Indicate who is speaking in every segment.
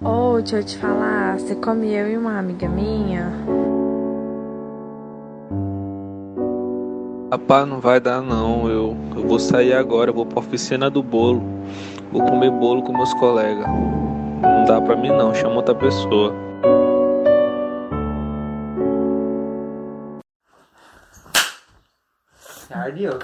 Speaker 1: Pô, deixa eu te falar, você come eu e uma amiga minha?
Speaker 2: Rapaz, não vai dar não. Eu, eu vou sair agora, eu vou pra oficina do bolo. Vou comer bolo com meus colegas. Não dá pra mim não, chama outra pessoa.
Speaker 3: Tarde, ó.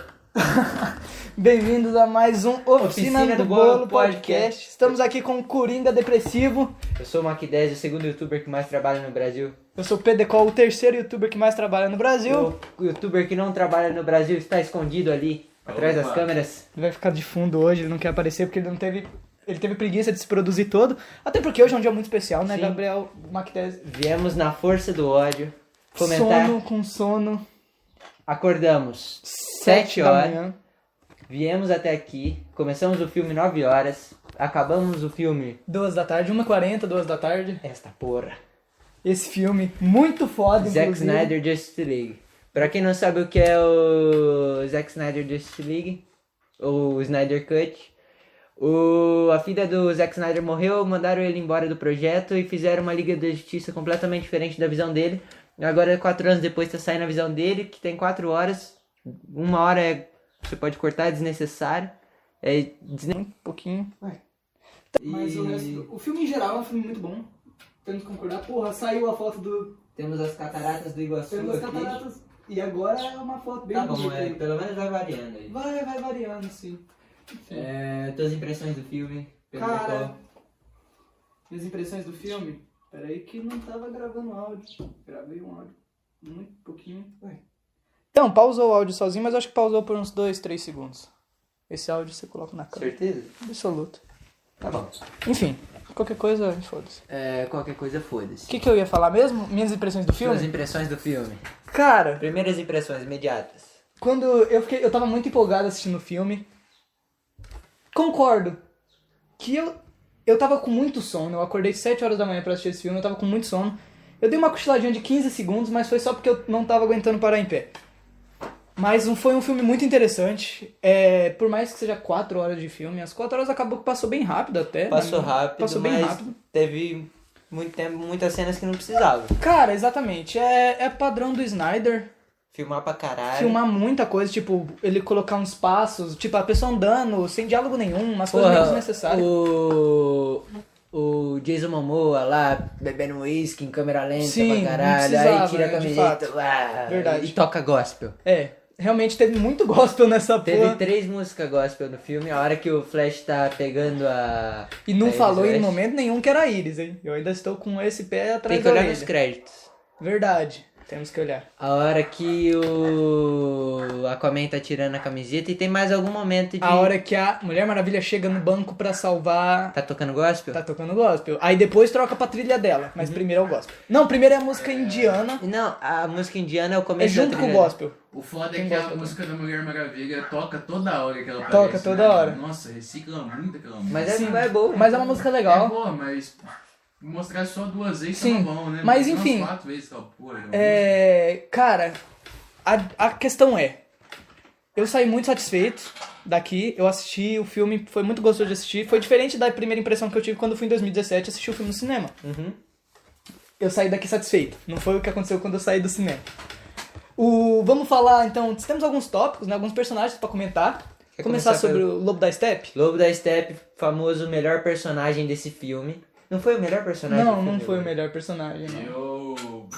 Speaker 4: Bem-vindos a mais um Oficina,
Speaker 3: Oficina
Speaker 4: do,
Speaker 3: do
Speaker 4: Bolo,
Speaker 3: Bolo
Speaker 4: podcast.
Speaker 3: Podcast.
Speaker 4: Estamos aqui com o Coringa Depressivo.
Speaker 3: Eu sou o Mac 10, o segundo youtuber que mais trabalha no Brasil.
Speaker 4: Eu sou o Pedecol, o terceiro youtuber que mais trabalha no Brasil.
Speaker 3: O youtuber que não trabalha no Brasil está escondido ali, atrás das câmeras.
Speaker 4: Ele vai ficar de fundo hoje, ele não quer aparecer porque ele não teve. Ele teve preguiça de se produzir todo. Até porque hoje é um dia muito especial, né,
Speaker 3: Sim.
Speaker 4: Gabriel Mactez?
Speaker 3: Viemos na força do ódio comentar.
Speaker 4: Sono com sono.
Speaker 3: Acordamos
Speaker 4: sete
Speaker 3: 7
Speaker 4: da
Speaker 3: horas,
Speaker 4: manhã.
Speaker 3: viemos até aqui, começamos o filme 9 horas, acabamos o filme.
Speaker 4: Duas da tarde, 1h40, duas da tarde.
Speaker 3: Esta porra.
Speaker 4: Esse filme muito foda,
Speaker 3: Zack
Speaker 4: inclusive.
Speaker 3: Snyder Justice League. Pra quem não sabe o que é o Zack Snyder Justice League, ou o Snyder Cut, o... a filha do Zack Snyder morreu, mandaram ele embora do projeto e fizeram uma Liga da Justiça completamente diferente da visão dele. Agora, quatro anos depois, tá saindo a visão dele, que tem quatro horas. Uma hora é... você pode cortar, é desnecessário. É desne...
Speaker 4: Um pouquinho.
Speaker 5: Mas o, resto, o filme em geral é um filme muito bom. Temos que concordar. Porra, saiu a foto do
Speaker 3: Temos as cataratas do Iguaçu Tá
Speaker 5: Temos as Cataratas e agora é uma foto bem bonita.
Speaker 3: pelo menos vai variando aí.
Speaker 5: Vai, vai variando, sim.
Speaker 3: É, tuas impressões do filme. Pedro
Speaker 5: Cara,
Speaker 3: Decol.
Speaker 5: minhas impressões do filme. Peraí que não tava gravando áudio. Gravei um áudio. Muito pouquinho.
Speaker 4: Então, pausou o áudio sozinho, mas acho que pausou por uns 2, 3 segundos. Esse áudio você coloca na câmera.
Speaker 3: certeza?
Speaker 4: Absoluto.
Speaker 3: Tá bom.
Speaker 4: Enfim, qualquer coisa, foda-se.
Speaker 3: É, qualquer coisa,
Speaker 4: O
Speaker 3: foda-se.
Speaker 4: que, que eu ia falar mesmo? Minhas impressões do
Speaker 3: Suas
Speaker 4: filme?
Speaker 3: impressões do filme.
Speaker 4: Cara,
Speaker 3: Primeiras impressões imediatas.
Speaker 4: quando eu fiquei. Eu tava muito empolgado assistindo o filme. Concordo. Que eu. Eu tava com muito sono. Eu acordei 7 horas da manhã pra assistir esse filme, eu tava com muito sono. Eu dei uma cochiladinha de 15 segundos, mas foi só porque eu não tava aguentando parar em pé. Mas um- foi um filme muito interessante. É, por mais que seja 4 horas de filme, as 4 horas acabou que passou bem rápido até. né?
Speaker 3: Passou rápido,
Speaker 4: Passou bem
Speaker 3: mas
Speaker 4: rápido.
Speaker 3: teve muito tempo, muitas cenas que não precisava.
Speaker 4: Cara, exatamente. É, é padrão do Snyder.
Speaker 3: Filmar pra caralho.
Speaker 4: filmar muita coisa, tipo, ele colocar uns passos, tipo, a pessoa andando, sem diálogo nenhum, umas coisas meio desnecessárias.
Speaker 3: o... o Jason Momoa lá, bebendo um uísque em câmera lenta
Speaker 4: Sim,
Speaker 3: pra
Speaker 4: não
Speaker 3: caralho.
Speaker 4: precisava,
Speaker 3: Aí tira a
Speaker 4: né, de
Speaker 3: camiseta.
Speaker 4: fato.
Speaker 3: uá,
Speaker 4: Verdade.
Speaker 3: E toca gospel.
Speaker 4: É, realmente teve muito gospel nessa
Speaker 3: Teve
Speaker 4: porra.
Speaker 3: três músicas gospel no filme, a hora que o Flash tá pegando a.
Speaker 4: E não
Speaker 3: a
Speaker 4: falou em
Speaker 3: Iris West,
Speaker 4: momento nenhum que era Iris, hein? Eu ainda estou com esse pé
Speaker 3: Tem
Speaker 4: atrás
Speaker 3: que
Speaker 4: da
Speaker 3: olhar nos
Speaker 4: orelha.
Speaker 3: créditos.
Speaker 4: Verdade, temos que olhar.
Speaker 3: A hora que o. Aquaman tá tirando a camiseta e tem mais algum momento de.
Speaker 4: A hora que a Mulher Maravilha chega no banco pra salvar...
Speaker 3: Tá tocando gospel?
Speaker 4: Tá tocando gospel. Aí depois troca pra trilha dela,
Speaker 3: Uhum.
Speaker 4: mas primeiro é o gospel. Não, primeiro é a música indiana,
Speaker 3: Não, a música indiana é o
Speaker 4: é
Speaker 3: começo da
Speaker 4: junto com o
Speaker 3: trilha.
Speaker 4: gospel.
Speaker 6: O foda é
Speaker 4: Quem
Speaker 6: que a
Speaker 4: gosta, né?
Speaker 6: música da Mulher Maravilha toca toda hora que ela
Speaker 4: Toca
Speaker 6: aparece,
Speaker 4: toda
Speaker 6: né?
Speaker 4: hora.
Speaker 6: Nossa, recicla muito aquela música.
Speaker 3: Mas é, mas é boa.
Speaker 4: Mas é uma música
Speaker 6: É
Speaker 4: legal.
Speaker 6: boa, mas pô, mostrar só duas vezes
Speaker 4: Sim,
Speaker 6: tá bom, né?
Speaker 4: mas
Speaker 6: Mostrar umas
Speaker 4: enfim.
Speaker 6: quatro vezes aquela porra. aquela música.
Speaker 4: É. Cara, a, a questão é. Eu saí muito satisfeito daqui. Eu assisti o filme, foi muito gostoso de assistir. Foi diferente da primeira impressão que eu tive quando fui em 2017 assistir o filme no cinema.
Speaker 3: Uhum.
Speaker 4: Eu saí daqui satisfeito. Não foi o que aconteceu quando eu saí do cinema. O, vamos falar então. Temos alguns tópicos, né, alguns personagens pra comentar.
Speaker 3: Quer
Speaker 4: começar,
Speaker 3: começar
Speaker 4: sobre
Speaker 3: pelo-
Speaker 4: o Lobo da Steppe?
Speaker 3: Lobo da Steppe, famoso melhor personagem desse filme. Não foi o melhor personagem? do
Speaker 4: Não,
Speaker 3: filme,
Speaker 4: não foi o
Speaker 3: né?
Speaker 4: melhor personagem. Não,
Speaker 6: Eu.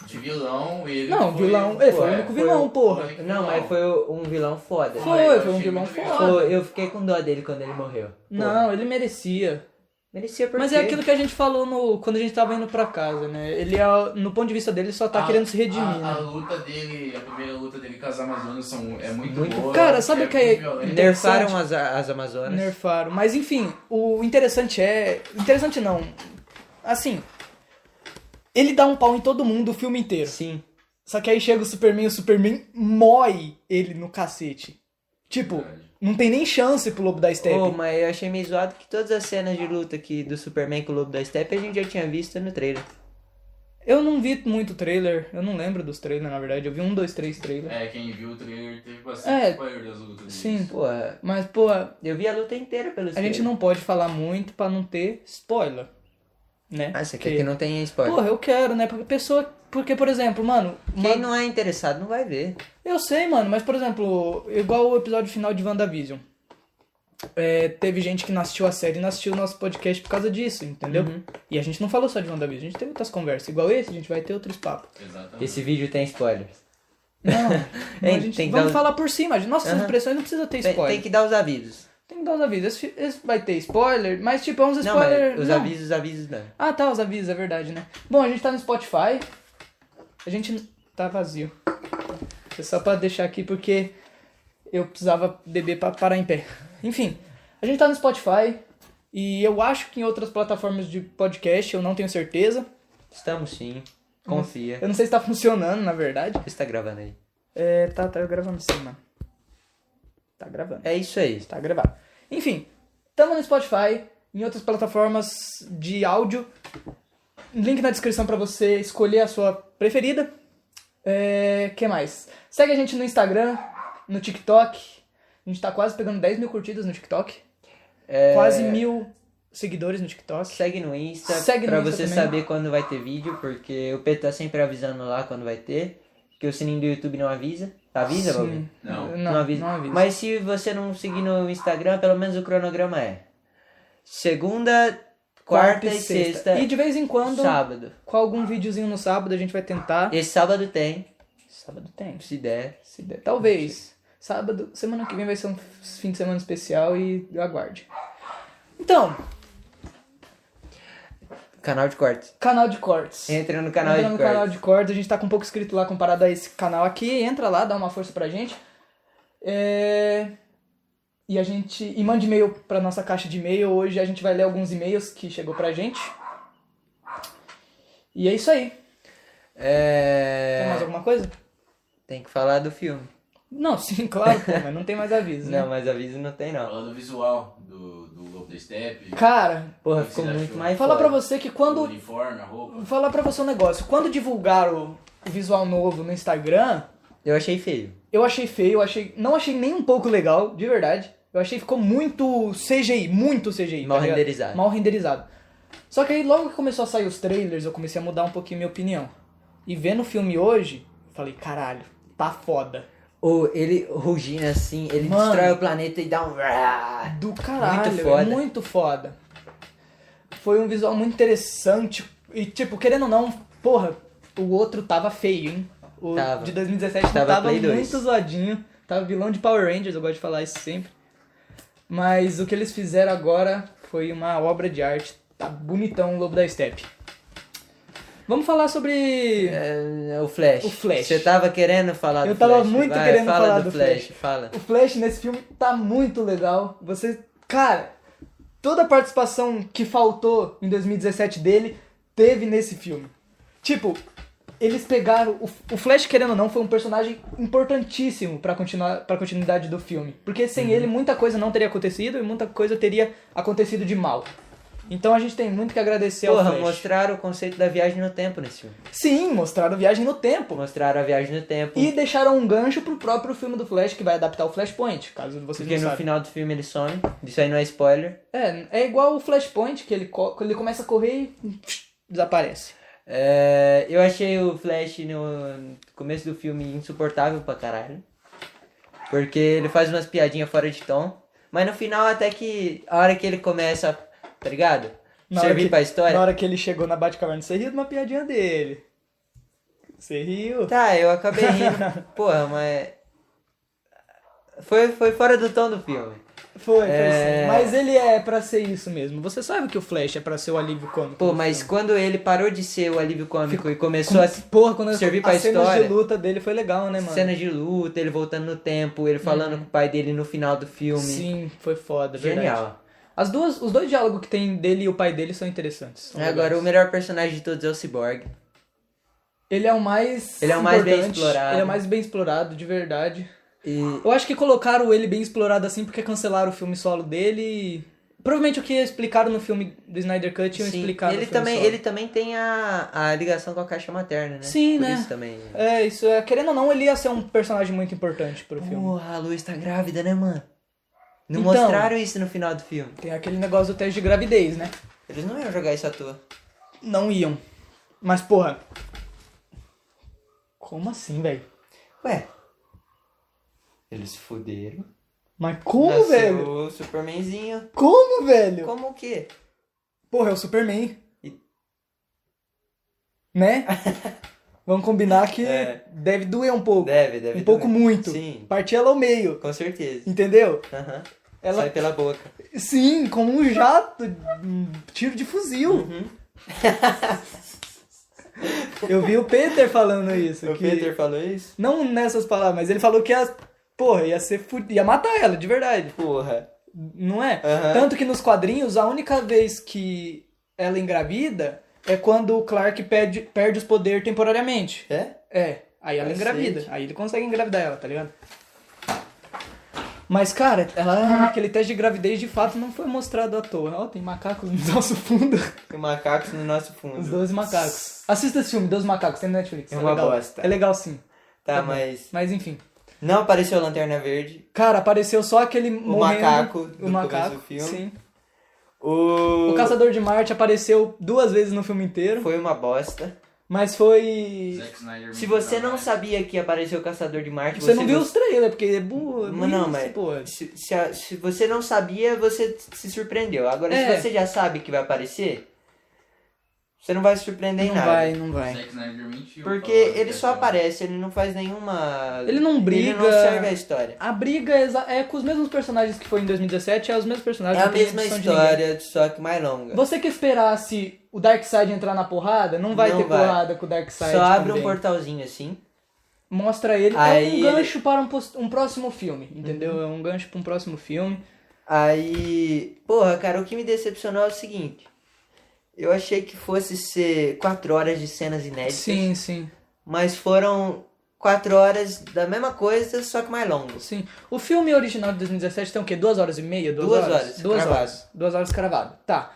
Speaker 6: De vilão, ele.
Speaker 4: não
Speaker 6: foi-
Speaker 4: vilão. Ele foi
Speaker 6: é,
Speaker 4: o único
Speaker 3: foi
Speaker 4: vilão,
Speaker 3: o-
Speaker 4: porra.
Speaker 6: foi-
Speaker 3: Não, mas foi o- um vilão foda.
Speaker 4: Foi,
Speaker 6: eu
Speaker 4: foi um
Speaker 6: achei
Speaker 4: vilão
Speaker 6: muito
Speaker 4: foda.
Speaker 6: legal.
Speaker 3: Pô, eu fiquei com dó dele quando ele morreu. Pô,
Speaker 4: Não, ele merecia.
Speaker 3: Merecia por
Speaker 4: Mas
Speaker 3: quê?
Speaker 4: é aquilo que a gente falou no, quando a gente tava indo pra casa, né? Ele, é, no ponto de vista dele, só tá
Speaker 7: Ah,
Speaker 6: A-
Speaker 4: querendo se redimir,
Speaker 6: a, a
Speaker 4: né?
Speaker 6: luta dele, a primeira luta dele com as Amazonas são, é muito,
Speaker 3: Muito-
Speaker 6: boa.
Speaker 4: Cara, sabe o que é-
Speaker 6: muito violenta.
Speaker 3: Nerfaram as, as Amazonas.
Speaker 4: Nerfaram. Mas enfim, o interessante é. Interessante não. Assim. Ele dá um pau em todo mundo o filme inteiro.
Speaker 3: Sim.
Speaker 4: Só que aí chega o Superman e o Superman mói ele no cacete. Tipo, não tem nem chance pro Lobo da Steppe.
Speaker 3: Ô, mas eu achei meio zoado que todas as cenas de luta aqui do Superman com o Lobo da Steppe a gente já tinha visto no trailer.
Speaker 4: Eu não vi muito trailer. Eu não lembro dos trailers, na verdade. Eu vi um, dois, três trailers.
Speaker 6: É, quem viu o trailer teve bastante
Speaker 4: É,
Speaker 6: spoiler das lutas. deles.
Speaker 4: Sim.
Speaker 3: Pô,
Speaker 4: Mas, pô,
Speaker 3: eu vi a luta inteira pelo
Speaker 4: A gente não pode falar muito pra não ter spoiler. né?
Speaker 3: Ah, isso aqui, aqui não tem spoiler.
Speaker 4: Porra, eu quero, né? Porque a pessoa. Porque, por exemplo, mano.
Speaker 3: Quem
Speaker 4: mano-
Speaker 3: não é interessado não vai ver.
Speaker 4: Eu sei, mano, mas por exemplo, igual o episódio final de WandaVision. É, teve gente que não assistiu a série e não assistiu o nosso podcast por causa disso, entendeu?
Speaker 3: Uhum.
Speaker 4: E a gente não falou só de WandaVision, a gente teve outras conversas. Igual esse, a gente vai ter outros papos.
Speaker 6: Exatamente.
Speaker 3: Esse vídeo tem spoilers.
Speaker 4: Não,
Speaker 3: Tem-
Speaker 4: a gente,
Speaker 3: tem que dar-
Speaker 4: vamos falar por cima. de Nossas
Speaker 3: Aham.
Speaker 4: impressões não precisa ter
Speaker 3: Tem,
Speaker 4: spoiler.
Speaker 3: tem que dar os avisos.
Speaker 4: Tem que dar os avisos. Esse, esse vai ter spoiler, mas tipo, é uns
Speaker 3: Não, mas
Speaker 4: spoilers.
Speaker 3: os
Speaker 4: não.
Speaker 3: avisos, os avisos não.
Speaker 4: Ah, tá, os avisos, é verdade, né? Bom, a gente tá no Spotify. A gente n- tá vazio. É só pra deixar aqui porque eu precisava beber pra parar em pé. Enfim, a gente tá no Spotify e eu acho que em outras plataformas de podcast, eu não tenho certeza.
Speaker 3: Estamos sim. Confia.
Speaker 4: Eu não sei se tá funcionando, na verdade.
Speaker 3: Você tá gravando aí.
Speaker 4: É, tá, tá, eu gravando sim, mano. Tá gravando.
Speaker 3: É isso aí.
Speaker 4: Tá gravado. Enfim, tamo no Spotify, em outras plataformas de áudio. Link na descrição pra você escolher a sua preferida. É, que mais? Segue a gente no Instagram, no TikTok. A gente tá quase pegando 10 mil curtidas no TikTok.
Speaker 3: É,
Speaker 4: Quase mil seguidores no TikTok.
Speaker 3: Segue no Insta
Speaker 4: Segue no
Speaker 3: pra
Speaker 4: Insta
Speaker 3: você
Speaker 4: também.
Speaker 3: saber quando vai ter vídeo, porque o Pedro tá sempre avisando lá quando vai ter. Porque o sininho do YouTube não avisa. Avisa, Valdir?
Speaker 4: Sim.
Speaker 6: Não.
Speaker 4: Não,
Speaker 3: avisa.
Speaker 4: não avisa.
Speaker 3: Mas se você não seguir no Instagram, pelo menos o cronograma é segunda, quarta, e sexta,
Speaker 4: E de vez em quando,
Speaker 3: sábado.
Speaker 4: com algum videozinho no sábado, a gente vai tentar.
Speaker 3: Esse sábado tem,
Speaker 4: Sábado tem.
Speaker 3: se der.
Speaker 4: Se der. Talvez. Sábado, semana que vem vai ser um fim de semana especial e eu aguarde. Então,
Speaker 3: Canal de cortes.
Speaker 4: canal de cortes.
Speaker 3: Entra no É, canal
Speaker 4: Entra
Speaker 3: de
Speaker 4: no
Speaker 3: cortes.
Speaker 4: canal de cortes, a gente tá com pouco inscrito lá comparado a esse canal aqui. Entra lá, dá uma força pra gente. É, E a gente. E mande e-mail pra nossa caixa de e-mail. Hoje a gente vai ler alguns e-mails que chegou pra gente. E é isso aí. Tem
Speaker 3: É...
Speaker 4: mais um? alguma coisa?
Speaker 3: Tem que falar do filme.
Speaker 4: Não, sim, claro, pô, mas não tem mais aviso, né?
Speaker 3: Não, mas aviso não tem não.
Speaker 6: Falando do visual do, do Globo da Step,
Speaker 4: Cara,
Speaker 3: Porra,
Speaker 6: Você
Speaker 3: ficou
Speaker 6: achou?
Speaker 3: muito mais
Speaker 4: falar pra
Speaker 3: É foda.
Speaker 4: você que
Speaker 6: o
Speaker 4: quando
Speaker 6: uniforme, a roupa.
Speaker 4: Vou falar pra você um negócio. Quando divulgaram o visual novo no Instagram,
Speaker 3: Eu achei feio.
Speaker 4: eu achei feio, eu achei. Não achei nem um pouco legal, de verdade. Eu achei que ficou muito CGI, muito CGI.
Speaker 3: Mal
Speaker 4: tá ligado?
Speaker 3: renderizado.
Speaker 4: Mal renderizado. Só que aí logo que começou a sair os trailers, eu comecei a mudar um pouquinho minha opinião. E vendo o filme hoje, eu falei, caralho, tá foda.
Speaker 3: Ou ele rugindo assim, ele
Speaker 4: Mano.
Speaker 3: destrói o planeta e dá um.
Speaker 4: Do caralho,
Speaker 3: Muito foda.
Speaker 4: é muito foda. Foi um visual muito interessante. E, tipo, querendo ou não, porra, o outro tava feio, hein? O
Speaker 3: Tava.
Speaker 4: de 2017 tava,
Speaker 3: Tava Play
Speaker 4: muito
Speaker 3: 2.
Speaker 4: zoadinho. Tava vilão de Power Rangers, eu gosto de falar isso sempre. Mas o que eles fizeram agora foi uma obra de arte. Tá bonitão o Lobo da Steppe. Vamos falar sobre.
Speaker 3: É, o Flash.
Speaker 4: O Flash.
Speaker 3: Você tava querendo falar
Speaker 4: Eu
Speaker 3: do Flash.
Speaker 4: tava muito
Speaker 3: Vai,
Speaker 4: querendo
Speaker 3: fala
Speaker 4: falar
Speaker 3: do,
Speaker 4: do
Speaker 3: Flash.
Speaker 4: Flash.
Speaker 3: Fala.
Speaker 4: O Flash nesse filme tá muito legal. Você. Cara, toda a participação que faltou em 2017 dele teve nesse filme. Tipo, eles pegaram. O, o Flash, querendo ou não, foi um personagem importantíssimo pra, continuar, pra continuidade do filme. Porque sem
Speaker 3: Uhum.
Speaker 4: ele, muita coisa não teria acontecido e muita coisa teria acontecido de mal. Então a gente tem muito que agradecer ao
Speaker 3: Porra,
Speaker 4: Flash.
Speaker 3: mostraram o conceito da viagem no tempo nesse filme.
Speaker 4: Sim, mostraram Viagem no Tempo.
Speaker 3: Mostraram a viagem no tempo.
Speaker 4: E deixaram um gancho pro próprio filme do Flash, que vai adaptar o Flashpoint, caso vocês
Speaker 3: porque
Speaker 4: não
Speaker 3: no
Speaker 4: saibam.
Speaker 3: final do filme ele some. Isso aí não é spoiler.
Speaker 4: É, é igual o Flashpoint, que ele, co- ele começa a correr e desaparece.
Speaker 3: É, eu achei o Flash no começo do filme insuportável pra caralho. Porque ele faz umas piadinhas fora de tom. Mas no final, até que a hora que ele começa, tá ligado?
Speaker 4: Na hora
Speaker 3: Servir
Speaker 4: que-
Speaker 3: pra história.
Speaker 4: Na hora que ele chegou na Batcaverna, você riu de uma piadinha dele. Você riu.
Speaker 3: Tá, eu acabei rindo. Porra, mas. Foi, foi fora do tom do filme.
Speaker 4: Foi, foi
Speaker 3: É.
Speaker 4: sim. Mas ele é pra ser isso mesmo. Você sabe que o Flash é pra ser o alívio cômico.
Speaker 3: Pô,
Speaker 4: do
Speaker 3: mas
Speaker 4: filme.
Speaker 3: quando ele parou de ser o alívio cômico e começou
Speaker 4: Como-
Speaker 3: a se-
Speaker 4: Porra, quando
Speaker 3: servir
Speaker 4: as
Speaker 3: pra
Speaker 4: cenas
Speaker 3: história.
Speaker 4: de luta dele foi legal, né, mano? Uhum.
Speaker 3: cenas de luta, ele voltando no tempo, ele falando com o pai dele no final do filme.
Speaker 4: Sim, foi foda, verdade.
Speaker 3: Genial.
Speaker 4: As duas, os dois diálogos que tem dele e o pai dele são interessantes. são
Speaker 3: É, Agora,
Speaker 4: legais.
Speaker 3: o melhor personagem de todos é o Cyborg.
Speaker 4: Ele é o mais.
Speaker 3: Ele é o mais bem
Speaker 4: importante,
Speaker 3: explorado.
Speaker 4: Ele é o mais bem explorado, de verdade.
Speaker 3: E
Speaker 4: Eu acho que colocaram ele bem explorado assim porque cancelaram o filme solo dele. e- Provavelmente o que explicaram no filme do Snyder Cut iam
Speaker 3: sim,
Speaker 4: explicar no
Speaker 3: ele,
Speaker 4: filme
Speaker 3: também,
Speaker 4: solo.
Speaker 3: ele também tem a, a ligação com a caixa materna, né?
Speaker 4: Sim,
Speaker 3: Por
Speaker 4: né?
Speaker 3: Isso também.
Speaker 4: É, isso é. Querendo ou não, ele ia ser um personagem muito importante pro filme.
Speaker 3: Porra, a Luz tá grávida, né, mano? Não
Speaker 4: Então.
Speaker 3: mostraram isso no final do filme.
Speaker 4: Tem aquele negócio do teste de gravidez, né?
Speaker 3: Eles não iam jogar isso à toa.
Speaker 4: não iam. Mas, porra. Como assim, velho?
Speaker 3: Ué,
Speaker 7: Eles se fuderam.
Speaker 4: Mas como,
Speaker 3: nasceu
Speaker 4: velho?
Speaker 3: o Supermanzinho.
Speaker 4: Como, velho?
Speaker 3: Como o quê?
Speaker 4: Porra, é o Superman.
Speaker 3: E-
Speaker 4: Né? Vamos combinar que
Speaker 3: É.
Speaker 4: deve doer um pouco.
Speaker 3: Deve, deve.
Speaker 4: um pouco
Speaker 3: doer.
Speaker 4: muito.
Speaker 3: Sim,
Speaker 4: Partir ela ao meio.
Speaker 3: com certeza.
Speaker 4: Entendeu?
Speaker 3: Aham.
Speaker 4: Ela.
Speaker 3: Sai pela boca.
Speaker 4: Sim, como um jato. um tiro de fuzil.
Speaker 3: Uhum.
Speaker 4: Eu vi o Peter falando isso.
Speaker 3: O
Speaker 4: que-
Speaker 3: Peter falou isso?
Speaker 4: Não nessas palavras, mas ele falou que ia. Porra, ia ser fu- ia matar ela, de verdade.
Speaker 3: Porra.
Speaker 4: Não é?
Speaker 3: Aham.
Speaker 4: Tanto que nos quadrinhos, a única vez que ela engravida é quando o Clark perde, perde os poderes temporariamente.
Speaker 3: É?
Speaker 4: É, aí ela
Speaker 3: Cacete.
Speaker 4: engravida. Aí ele consegue engravidar ela, tá ligado? Mas, cara, ela, aquele teste de gravidez de fato não foi mostrado à toa. Ó, tem macacos no nosso fundo.
Speaker 3: Tem macacos no nosso fundo.
Speaker 4: Os 12 macacos. Assista esse filme, 12 macacos, tem no Netflix.
Speaker 3: É uma
Speaker 4: legal.
Speaker 3: bosta.
Speaker 4: É legal sim.
Speaker 3: Tá,
Speaker 4: Tá bom.
Speaker 3: mas.
Speaker 4: Mas enfim.
Speaker 3: Não apareceu a Lanterna Verde.
Speaker 4: Cara, apareceu só aquele
Speaker 3: O macaco do
Speaker 4: o
Speaker 3: começo
Speaker 4: macaco,
Speaker 3: do filme.
Speaker 4: sim.
Speaker 3: O.
Speaker 4: O Caçador de Marte apareceu duas vezes no filme inteiro,
Speaker 3: Foi uma bosta.
Speaker 4: mas foi.
Speaker 6: Zack Snyder
Speaker 3: Se você não
Speaker 6: sabe.
Speaker 3: sabia que apareceu o Caçador de Marte,
Speaker 4: Você não viu
Speaker 3: gost-
Speaker 4: os trailers, porque é burro. é
Speaker 3: Mas não,
Speaker 4: burrice,
Speaker 3: mas-
Speaker 4: Porra.
Speaker 3: Se, se a- se você não sabia, você se surpreendeu. Agora,
Speaker 4: É.
Speaker 3: se você já sabe que vai aparecer, você não vai se surpreender em
Speaker 4: Não
Speaker 3: nada.
Speaker 4: vai, não vai.
Speaker 6: Zack Snyder mentiu.
Speaker 3: Porque
Speaker 6: falou que
Speaker 3: ele só
Speaker 6: ia falar.
Speaker 3: aparece, ele não faz nenhuma.
Speaker 4: Ele não
Speaker 3: Ele não
Speaker 4: briga.
Speaker 3: serve a história.
Speaker 4: A briga é, exa- é com os mesmos personagens que foi em 2017, é os mesmos
Speaker 3: É
Speaker 4: personagens.
Speaker 3: a
Speaker 4: não tem
Speaker 3: mesma
Speaker 4: edição de
Speaker 3: história, só que mais longa.
Speaker 4: ninguém. Você que esperasse o Darkseid entrar na porrada, não vai
Speaker 3: Não
Speaker 4: ter
Speaker 3: vai.
Speaker 4: porrada com o Darkseid.
Speaker 3: Só abre um
Speaker 4: também.
Speaker 3: portalzinho assim.
Speaker 4: Mostra ele. é
Speaker 3: Aí
Speaker 4: um
Speaker 3: ele- Uhum.
Speaker 4: gancho para um, pos- um próximo filme, entendeu? É um gancho para um próximo filme.
Speaker 3: Aí, porra, cara, o que me decepcionou é o seguinte. Eu achei que fosse ser 4 horas de cenas inéditas,
Speaker 4: Sim, sim.
Speaker 3: mas foram 4 horas da mesma coisa, só que mais longas.
Speaker 4: Sim. O filme original de 2017 tem o quê? Duas horas e meia? Duas,
Speaker 3: Duas
Speaker 4: horas?
Speaker 3: horas,
Speaker 4: Duas
Speaker 3: cravado.
Speaker 4: horas. Duas horas cravado. Tá.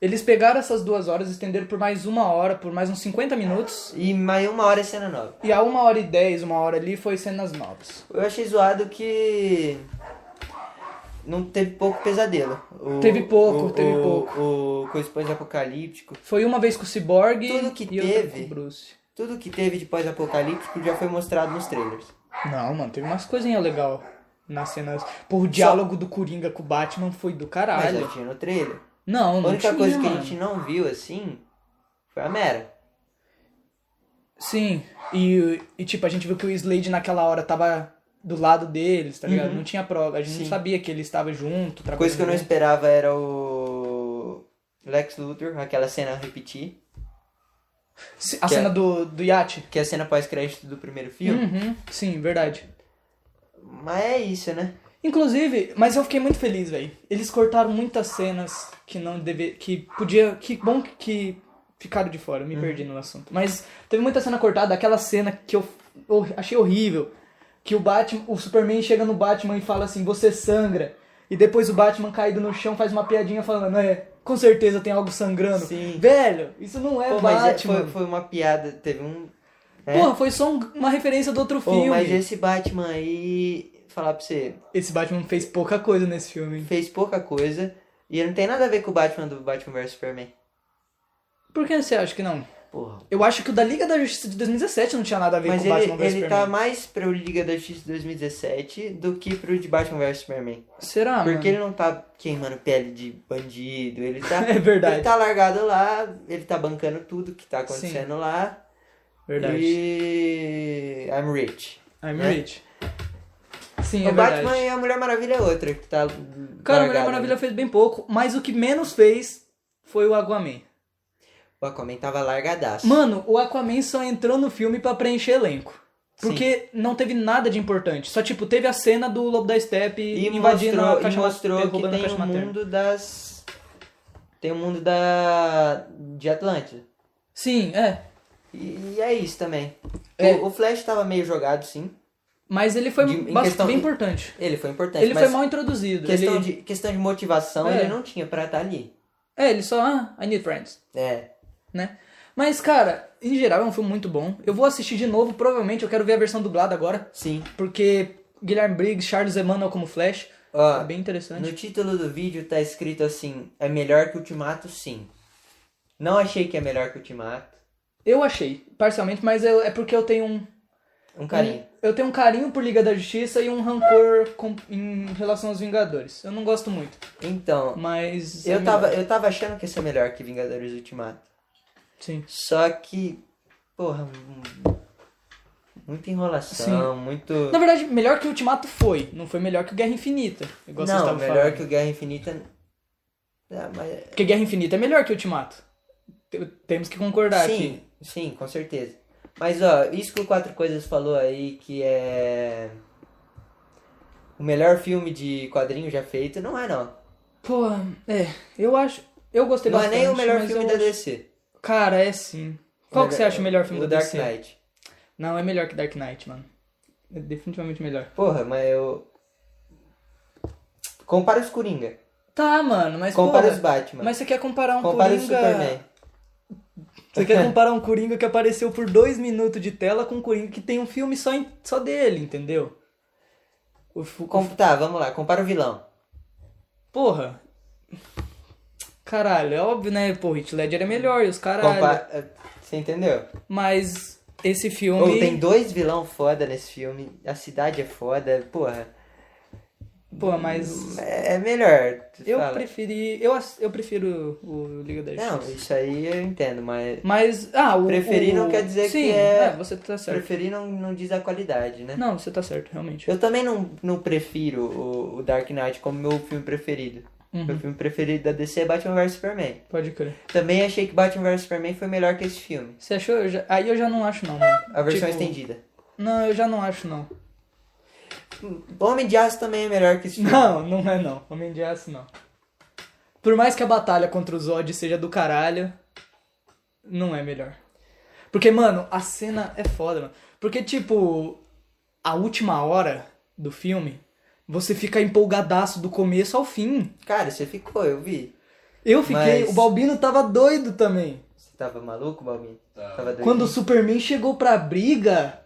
Speaker 4: Eles pegaram essas duas horas, estenderam por mais uma hora, por mais uns 50 minutos.
Speaker 3: E mais uma hora é cena nova.
Speaker 4: E a uma hora e dez, uma hora ali, foi cenas novas.
Speaker 3: Eu achei zoado que não teve pouco pesadelo. O-
Speaker 4: Teve pouco,
Speaker 3: o-
Speaker 4: teve
Speaker 3: o-
Speaker 4: pouco.
Speaker 3: O coisa pós-apocalíptico.
Speaker 4: Foi uma vez com o Cyborg
Speaker 3: Tudo que
Speaker 4: e outra
Speaker 3: teve.
Speaker 4: com o Bruce.
Speaker 3: Tudo que teve de pós-apocalíptico já foi mostrado nos trailers.
Speaker 4: Não, mano, teve umas coisinhas legais nas cenas. Pô, o diálogo do Coringa com o Batman foi do
Speaker 3: Mas
Speaker 4: caralho.
Speaker 3: já tinha no trailer.
Speaker 4: Não,
Speaker 3: A
Speaker 4: não
Speaker 3: única
Speaker 4: tinha,
Speaker 3: coisa que a
Speaker 4: mano.
Speaker 3: gente não viu assim foi a Mera.
Speaker 4: Sim, e, e tipo, a gente viu que o Slade naquela hora tava do lado deles, tá ligado?
Speaker 3: Uhum.
Speaker 4: Não tinha prova, a gente não
Speaker 3: Sim.
Speaker 4: sabia que ele estava junto, trabalhando.
Speaker 3: Coisa que eu não
Speaker 4: junto.
Speaker 3: esperava era o Lex Luthor, aquela cena repetir,
Speaker 4: Se- A
Speaker 3: que é-
Speaker 4: cena do, do iate.
Speaker 3: que é a cena pós-crédito do primeiro filme.
Speaker 4: Uhum, sim, verdade. Hum.
Speaker 3: Mas é isso, né?
Speaker 4: Inclusive, mas eu fiquei muito feliz, velho. Eles cortaram muitas cenas que não deve que podia, que bom que ficaram de fora, eu
Speaker 3: Uhum.
Speaker 4: me perdi no assunto. Mas teve muita cena cortada, aquela cena que eu, eu achei horrível, que o Batman, o Superman chega no Batman e fala assim: "Você sangra". E depois o Batman caído no chão faz uma piadinha falando: "É, com certeza tem algo sangrando".
Speaker 3: Sim.
Speaker 4: Velho, isso não é
Speaker 3: Pô, mas é-
Speaker 4: Batman.
Speaker 3: foi, foi uma piada, teve um. é.
Speaker 4: Porra, foi só um- uma referência do outro
Speaker 3: Pô,
Speaker 4: filme.
Speaker 3: mas esse Batman aí, falar pra você,
Speaker 4: Esse Batman fez pouca coisa nesse filme. hein?
Speaker 3: fez pouca coisa e não tem nada a ver com o Batman do Batman vs Superman.
Speaker 4: Por que você acha que não?
Speaker 3: Porra.
Speaker 4: Eu acho que o da Liga da Justiça de 2017 não tinha nada a ver
Speaker 3: Mas
Speaker 4: com o
Speaker 3: ele,
Speaker 4: Batman vs
Speaker 3: ele tá
Speaker 4: Superman.
Speaker 3: mais pro Liga da Justiça 2017 do que pro de Batman vs Superman.
Speaker 4: Será,
Speaker 3: Porque
Speaker 4: mano?
Speaker 3: ele não tá queimando pele de bandido, ele tá.
Speaker 4: É verdade.
Speaker 3: Ele tá largado lá, ele tá bancando tudo que tá acontecendo lá.
Speaker 4: Verdade.
Speaker 3: E. I'm rich.
Speaker 4: I'm
Speaker 3: né?
Speaker 4: rich. Ah, Sim, é
Speaker 3: o
Speaker 4: verdade.
Speaker 3: Batman e a Mulher Maravilha é outra que tá.
Speaker 4: Cara,
Speaker 3: largada,
Speaker 4: a Mulher Maravilha
Speaker 3: né?
Speaker 4: fez bem pouco, mas o que menos fez foi o Aquaman.
Speaker 3: O Aquaman tava largadaço.
Speaker 4: Mano, o Aquaman só entrou no filme pra preencher elenco.
Speaker 3: Sim.
Speaker 4: Porque não teve nada de importante. Só, tipo, teve a cena do Lobo da Steppe
Speaker 3: e
Speaker 4: invadindo
Speaker 3: mostrou,
Speaker 4: a caixa
Speaker 3: e mostrou
Speaker 4: materna,
Speaker 3: que
Speaker 4: roubando a
Speaker 3: tem
Speaker 4: caixa
Speaker 3: o
Speaker 4: materna.
Speaker 3: mundo das. Tem o mundo da. de Atlântida.
Speaker 4: Sim, é.
Speaker 3: E, e é isso também.
Speaker 4: É.
Speaker 3: O, o Flash tava meio jogado, sim.
Speaker 4: Mas ele foi
Speaker 3: De- em
Speaker 4: bastante,
Speaker 3: questão-
Speaker 4: bem importante.
Speaker 3: Ele foi importante.
Speaker 4: Ele
Speaker 3: mas
Speaker 4: foi mal introduzido.
Speaker 3: Questão,
Speaker 4: Ele-
Speaker 3: de, questão de motivação,
Speaker 4: É.
Speaker 3: ele não tinha pra estar ali.
Speaker 4: É, ele só... Ah, I need friends.
Speaker 3: É.
Speaker 4: né? Mas, cara, em geral é um filme muito bom. Eu vou assistir de novo, provavelmente eu quero ver a versão dublada agora,
Speaker 3: Sim.
Speaker 4: porque Guilherme Briggs, Charles Emmanuel como Flash,
Speaker 3: Ó,
Speaker 4: é bem
Speaker 3: No
Speaker 4: interessante.
Speaker 3: título do vídeo tá escrito assim: é melhor que Ultimato, sim. Não achei que é melhor que Ultimato.
Speaker 4: Eu achei, parcialmente, mas eu- é porque eu tenho um.
Speaker 3: Um carinho.
Speaker 4: Eu tenho um carinho por Liga da Justiça e um rancor com- em relação aos Vingadores. Eu não gosto muito,
Speaker 3: Então,
Speaker 4: mas. Hum. é
Speaker 3: eu tava,
Speaker 4: melhor.
Speaker 3: eu tava achando que ia ser melhor que Vingadores Ultimato.
Speaker 4: Sim.
Speaker 3: Só que, porra, hum, muita enrolação, muito.
Speaker 4: Na verdade, melhor que o Ultimato foi. Não foi melhor que o Guerra Infinita. Igual vocês
Speaker 3: Não,
Speaker 4: estavam
Speaker 3: melhor
Speaker 4: falando.
Speaker 3: que o Guerra Infinita. Ah, mas-
Speaker 4: Porque Guerra Infinita é melhor que o Ultimato. Te- Temos que concordar aqui.
Speaker 3: Sim, sim, com certeza. Mas ó, isso que o Quatro Coisas falou aí, que é. O melhor filme de quadrinho já feito, não é não.
Speaker 4: Pô, é, eu acho. Eu gostei
Speaker 3: não é
Speaker 4: bastante.
Speaker 3: nem o melhor
Speaker 4: mas
Speaker 3: filme
Speaker 4: eu
Speaker 3: da
Speaker 4: acho-
Speaker 3: DC.
Speaker 4: Cara, é sim. Qual que você acha o melhor filme
Speaker 3: do
Speaker 4: da
Speaker 3: Dark
Speaker 4: DC?
Speaker 3: Knight.
Speaker 4: Não, é melhor que Dark Knight, mano. É definitivamente melhor.
Speaker 3: Porra, mas eu. Compara os Coringa.
Speaker 4: Tá, mano, mas
Speaker 3: Compara os
Speaker 4: porra,
Speaker 3: Batman.
Speaker 4: Mas você quer comparar um
Speaker 3: compara os
Speaker 4: Coringa...
Speaker 3: Superman.
Speaker 4: Você quer comparar um Coringa que apareceu por dois minutos de tela com um Coringa que tem um filme só, em- só dele, entendeu? O, fu- o,
Speaker 3: Com- Tá, vamos lá, compara o vilão.
Speaker 4: porra. Caralho, é óbvio, né? Pô, Heath Ledger é melhor e os caralho.
Speaker 3: Compa- eh, Você entendeu?
Speaker 4: Mas esse filme...
Speaker 3: Ou tem dois vilão foda nesse filme, a cidade é foda, porra.
Speaker 4: Pô, mas...
Speaker 3: É é melhor. tu
Speaker 4: Eu
Speaker 3: fala.
Speaker 4: preferi... Eu, ass- eu prefiro o Liga da Justiça.
Speaker 3: Não, isso aí eu entendo, mas
Speaker 4: Mas, ah, o.
Speaker 3: Preferir
Speaker 4: o-
Speaker 3: não quer dizer
Speaker 4: Sim,
Speaker 3: que é-
Speaker 4: você tá certo.
Speaker 3: preferir não, não diz a qualidade, né?
Speaker 4: Não, você tá certo, realmente.
Speaker 3: Eu também não, não prefiro o, o Dark Knight como meu filme preferido. Meu
Speaker 4: Uhum,
Speaker 3: filme preferido da DC é Batman vs Superman.
Speaker 4: pode crer.
Speaker 3: Também achei que Batman vs Superman foi melhor que esse filme.
Speaker 4: Você achou? Eu já- Aí eu já não acho, não, mano.
Speaker 3: A versão
Speaker 4: Tipo,
Speaker 3: estendida.
Speaker 4: Não, eu já não acho, não.
Speaker 3: Homem de Aço também é melhor que esse filme.
Speaker 4: Não, não é, não. Homem de Aço, não. Por mais que a batalha contra o Zod seja do caralho, não é melhor. Porque, mano, a cena é foda, mano. Porque, tipo, a última hora do filme, você fica empolgadaço do começo ao fim.
Speaker 3: Cara, você ficou, eu vi.
Speaker 4: Eu fiquei.
Speaker 3: Mas-
Speaker 4: O Balbino tava doido também.
Speaker 3: Você tava maluco, Balmin?
Speaker 6: Tá.
Speaker 3: Tava doido.
Speaker 4: Quando o Superman chegou pra briga,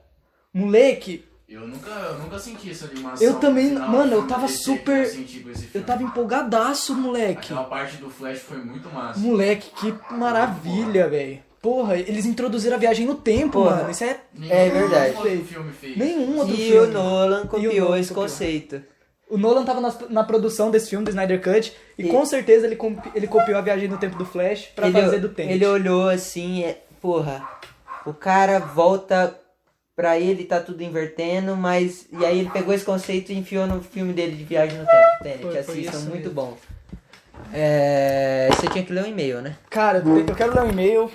Speaker 4: moleque,
Speaker 6: Eu nunca, eu nunca senti essa animação.
Speaker 4: Eu também-
Speaker 6: no final do
Speaker 4: mano, eu
Speaker 6: filme
Speaker 4: tava
Speaker 6: desse jeito que
Speaker 4: super-
Speaker 6: Eu, senti com esse
Speaker 4: eu
Speaker 6: filme.
Speaker 4: tava empolgadaço, moleque.
Speaker 6: Aquela parte do Flash foi muito massa.
Speaker 4: Moleque, que maravilha, velho. Porra, eles introduziram a viagem no tempo,
Speaker 3: Porra.
Speaker 4: mano. Isso é um.
Speaker 6: Nenhum
Speaker 3: É verdade.
Speaker 6: outro filme fez.
Speaker 4: nenhum outro
Speaker 3: E
Speaker 4: filme.
Speaker 3: o Nolan copiou
Speaker 4: Nolan
Speaker 3: esse
Speaker 4: copiou.
Speaker 3: conceito.
Speaker 4: O Nolan tava nas- na, produção desse filme, do Snyder Cut, e,
Speaker 3: E-
Speaker 4: com certeza ele, compi- ele copiou a viagem no tempo do Flash pra
Speaker 3: ele,
Speaker 4: fazer do tempo.
Speaker 3: Ele olhou assim, é, porra, o cara volta pra ele, tá tudo invertendo, mas. E aí ele pegou esse conceito e enfiou no filme dele de Viagem no Tempo. Tênis,
Speaker 4: Foi-
Speaker 3: que
Speaker 4: foi
Speaker 3: assistam,
Speaker 4: isso
Speaker 3: muito
Speaker 4: mesmo.
Speaker 3: bom. É, você tinha que ler um e-mail, né?
Speaker 4: Cara, eu eu quero ler um e-mail.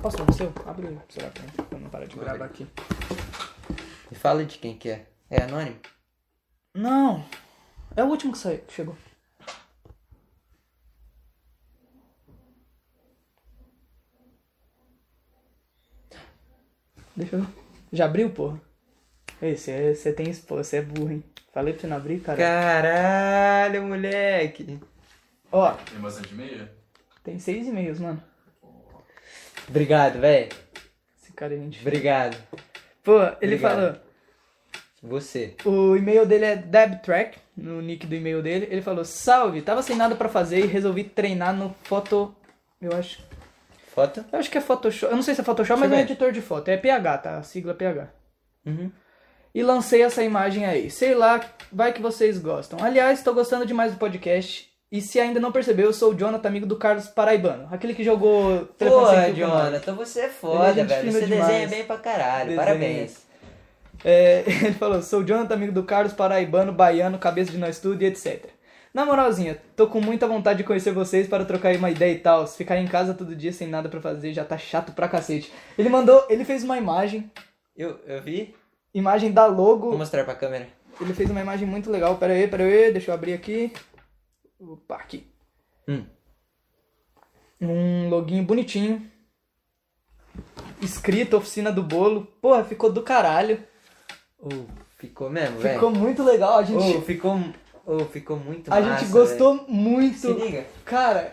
Speaker 4: Posso ler o seu? Abre o celular pra mim, pra eu não parar de gravar aqui.
Speaker 3: E fala de quem que é. É anônimo?
Speaker 4: Não. É o último que saiu, que chegou. Deixa eu ver. Já abriu, porra? Ei, você tem expo, você é burro, hein? Falei pra você não abrir, cara.
Speaker 3: Caralho, moleque!
Speaker 4: Ó,
Speaker 6: Tem bastante meia?
Speaker 4: tem seis e-mails, mano.
Speaker 3: Obrigado, velho.
Speaker 4: Esse cara é gente.
Speaker 3: Obrigado.
Speaker 4: Pô, ele
Speaker 3: Obrigado.
Speaker 4: falou.
Speaker 3: Você.
Speaker 4: O e-mail dele é DebTrack, no nick do e-mail dele. Ele falou: Salve, tava sem nada pra fazer e resolvi treinar no Foto. Eu acho
Speaker 3: Foto?
Speaker 4: Eu acho que é Photoshop. Eu não sei se é Photoshop,
Speaker 3: Deixa
Speaker 4: mas
Speaker 3: eu
Speaker 4: é um
Speaker 3: ver.
Speaker 4: editor de foto. É PH, tá? A sigla é PH.
Speaker 3: Uhum.
Speaker 4: E lancei essa imagem aí. Sei lá, vai que vocês gostam. Aliás, tô gostando demais do podcast. E se ainda não percebeu, eu sou o Jonathan, amigo do Carlos Paraibano. Aquele que jogou Telefone Sem
Speaker 3: Porra,
Speaker 4: Fio com nós.
Speaker 3: Jonathan, você é foda,
Speaker 4: gente
Speaker 3: velho.
Speaker 4: fina
Speaker 3: Você
Speaker 4: demais.
Speaker 3: desenha bem pra caralho.
Speaker 4: Desenha.
Speaker 3: Parabéns.
Speaker 4: É, ele falou, sou o Jonathan, amigo do Carlos, paraibano, baiano, cabeça de nós tudo e etc. Na moralzinha, tô com muita vontade de conhecer vocês para trocar aí uma ideia e tal. Se Ficar em casa todo dia sem nada pra fazer já tá chato pra cacete. Ele mandou, ele fez uma imagem,
Speaker 3: Eu, eu vi?
Speaker 4: imagem da logo
Speaker 3: Vou mostrar pra câmera.
Speaker 4: Ele fez uma imagem muito legal. Pera aí, pera aí, deixa eu abrir aqui. Opa, aqui.
Speaker 3: Hum.
Speaker 4: Um loginho bonitinho. Escrito, oficina do bolo. Porra, ficou do caralho.
Speaker 3: Uh, ficou mesmo, velho.
Speaker 4: Ficou muito legal. A gente,
Speaker 3: Oh, ficou, oh, ficou muito
Speaker 4: a
Speaker 3: massa,
Speaker 4: gente gostou
Speaker 3: velho. Se
Speaker 4: muito.
Speaker 3: liga.
Speaker 4: Cara,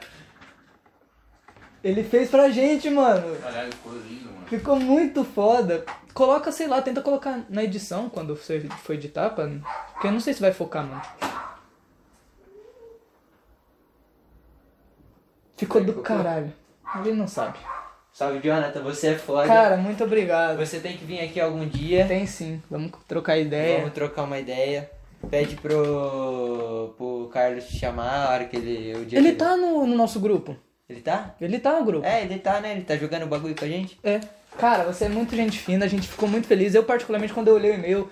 Speaker 4: ele fez pra gente, mano.
Speaker 6: Caralho, ficou lindo, mano.
Speaker 4: Ficou muito foda. Coloca, sei lá, tenta colocar na edição quando você for editar, pra... porque eu não sei se vai focar, mano. Ficou do caralho. Ele não sabe.
Speaker 3: Salve, Jonathan, você é foda.
Speaker 4: Cara, muito obrigado.
Speaker 3: Você tem que vir aqui algum dia.
Speaker 4: Tem sim, vamos trocar ideia.
Speaker 3: Vamos trocar uma ideia. Pede pro, pro Carlos te chamar a hora que ele. O dia
Speaker 4: Ele
Speaker 3: que
Speaker 4: tá no, no nosso grupo.
Speaker 3: Ele tá?
Speaker 4: Ele tá no grupo.
Speaker 3: É, ele tá, né? Ele tá jogando bagulho com a gente.
Speaker 4: É. Cara, você é muito gente fina, a gente ficou muito feliz. Eu, particularmente, quando eu olhei o e-mail,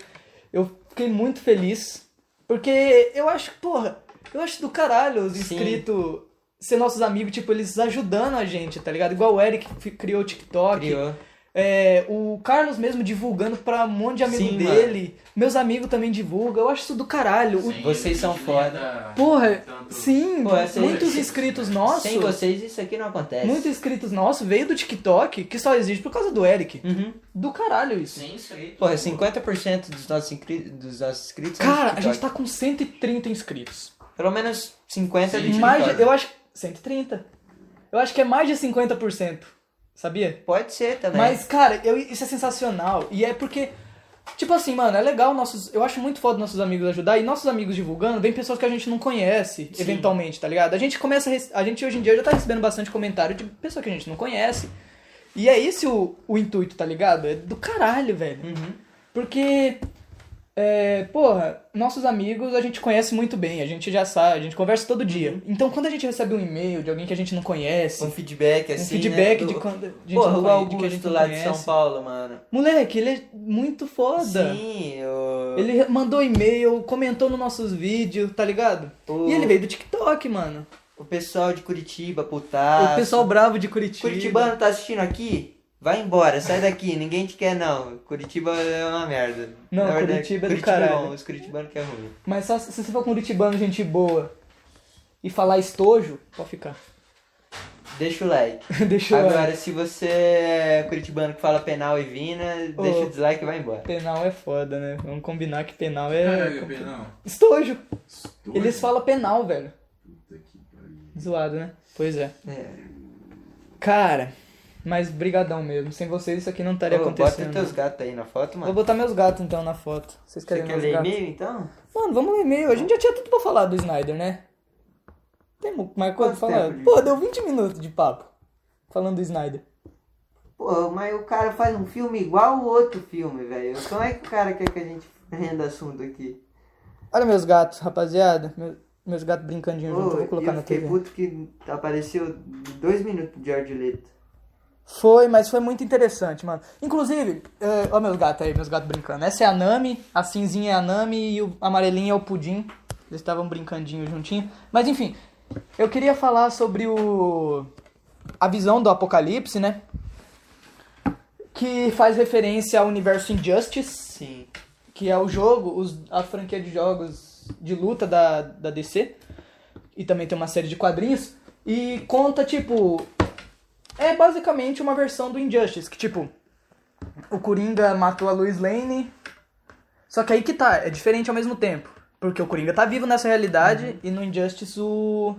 Speaker 4: eu fiquei muito feliz. Porque eu acho, porra, eu acho do caralho os
Speaker 3: Sim.
Speaker 4: inscritos ser nossos amigos, tipo, eles ajudando a gente, tá ligado? Igual o Eric fi- criou o TikTok.
Speaker 3: Criou.
Speaker 4: É, o Carlos mesmo divulgando pra um monte de amigo
Speaker 3: Sim,
Speaker 4: dele. Meus amigos também divulgam. Eu acho isso do caralho. O-
Speaker 6: Sem
Speaker 3: vocês
Speaker 6: ele,
Speaker 3: são
Speaker 6: nem
Speaker 3: foda.
Speaker 6: da-
Speaker 4: Porra,
Speaker 6: tanto-
Speaker 4: sim,
Speaker 3: Pô, essa- é
Speaker 4: muitos inscritos nossos.
Speaker 3: Sem vocês isso aqui não acontece.
Speaker 4: Muitos inscritos nossos veio do TikTok, que só existe por causa do Eric.
Speaker 3: Uhum.
Speaker 4: Do caralho isso.
Speaker 6: Sem inscrito.
Speaker 3: Porra, 50% dos nossos, inscri- dos nossos inscritos. são
Speaker 4: Cara, a
Speaker 3: do
Speaker 4: gente
Speaker 3: TikTok.
Speaker 4: tá com 130 inscritos.
Speaker 3: Pelo menos 50 é do
Speaker 4: mais
Speaker 3: TikTok.
Speaker 4: de, eu acho. 130? Eu acho que é mais de 50%. Sabia?
Speaker 3: Pode ser também.
Speaker 4: Mas, cara, eu- isso é sensacional. E é porque. Tipo assim, mano, é legal nossos. Eu acho muito foda nossos amigos ajudar. E nossos amigos divulgando, vem pessoas que a gente não conhece, eventualmente, tá ligado? A gente começa. A, rece- a gente hoje em dia já tá recebendo bastante comentário de pessoa que a gente não conhece. E é esse o, o intuito, tá ligado? É do caralho, velho.
Speaker 3: Uhum.
Speaker 4: Porque, é, porra, nossos amigos a gente conhece muito bem, a gente já sabe, a gente conversa
Speaker 3: Uhum.
Speaker 4: todo dia. Então quando a gente recebe um e-mail de alguém que a gente não conhece,
Speaker 3: Um
Speaker 4: um,
Speaker 3: feedback assim.
Speaker 4: feedback
Speaker 3: né?
Speaker 4: de
Speaker 3: Do-
Speaker 4: quando a gente
Speaker 3: Porra,
Speaker 4: não
Speaker 3: o
Speaker 4: conhece, de
Speaker 3: Augusto
Speaker 4: que a gente não
Speaker 3: lá de
Speaker 4: conhece.
Speaker 3: São Paulo, mano.
Speaker 4: Moleque, ele é muito foda.
Speaker 3: Sim, eu...
Speaker 4: Ele mandou e-mail, comentou nos nossos vídeos, tá ligado?
Speaker 3: O-
Speaker 4: E ele veio do TikTok, mano.
Speaker 3: o pessoal de Curitiba, putaço.
Speaker 4: o pessoal bravo de Curitiba.
Speaker 3: Ah, Curitibano tá assistindo aqui? Vai embora, sai daqui, ninguém te quer não. Curitiba é uma merda.
Speaker 4: Não,
Speaker 3: Na verdade,
Speaker 4: Curitiba é do
Speaker 3: Curitiba
Speaker 4: caralho.
Speaker 3: bom, os curitibanos que é ruim.
Speaker 4: Mas só se se você for um curitibano, gente boa, e falar estojo, pode ficar.
Speaker 3: Deixa o like.
Speaker 4: Deixa eu...
Speaker 3: Agora, se você é curitibano que fala penal e vina,
Speaker 4: Ô.
Speaker 3: deixa o dislike e vai embora.
Speaker 4: Penal é foda, né? Vamos combinar que penal
Speaker 6: Caralho,
Speaker 4: é.
Speaker 6: Penão.
Speaker 4: Estojo!
Speaker 6: Estou-
Speaker 4: Eles falam penal, velho.
Speaker 6: Puta que pariu.
Speaker 4: Zoado, né? Pois é.
Speaker 3: É.
Speaker 4: Cara, mas brigadão mesmo. Sem vocês isso aqui não estaria
Speaker 3: Ô, bota
Speaker 4: acontecendo.
Speaker 3: teus gatos aí na foto,
Speaker 4: Vou
Speaker 3: mano.
Speaker 4: botar meus gatos então na foto. Vocês
Speaker 3: Você
Speaker 4: querem
Speaker 3: quer
Speaker 4: meus
Speaker 3: ler
Speaker 4: gatos?
Speaker 3: e-mail então?
Speaker 4: Mano, vamos ler e-mail. A gente já tinha tudo pra falar do Snyder, né? Tem mu- mais coisa pra
Speaker 3: Quanto
Speaker 4: falar?
Speaker 3: tempo de-
Speaker 4: Pô, deu 20 minutos de papo. Falando do Snyder.
Speaker 3: Pô, mas o cara faz um filme igual o outro filme, velho. Como é que o cara quer que a gente renda assunto aqui?
Speaker 4: Olha meus gatos, rapaziada. Meu- Meus gatos brincandinhos
Speaker 3: Ô,
Speaker 4: junto. Vou colocar
Speaker 3: eu
Speaker 4: na
Speaker 3: fiquei
Speaker 4: TV.
Speaker 3: puto que apareceu dois minutos de George Leto.
Speaker 4: Foi, mas foi muito interessante, mano. Inclusive, eh, ó meus gatos aí, meus gatos brincando. Essa é a Nami, a cinzinha é a Nami e o amarelinho é o Pudim. Eles estavam brincandinho juntinho. Mas enfim, eu queria falar sobre o a visão do apocalipse, né? Que faz referência ao universo Injustice,
Speaker 3: Sim.
Speaker 4: que é o jogo, os, a franquia de jogos de luta da, da DC. E também tem uma série de quadrinhos. E conta, tipo. É basicamente uma versão do Injustice, que tipo. O Coringa matou a Lois Lane. Só que aí que tá, é diferente ao mesmo tempo. Porque o Coringa tá vivo nessa realidade
Speaker 3: Uhum.
Speaker 4: e no Injustice o.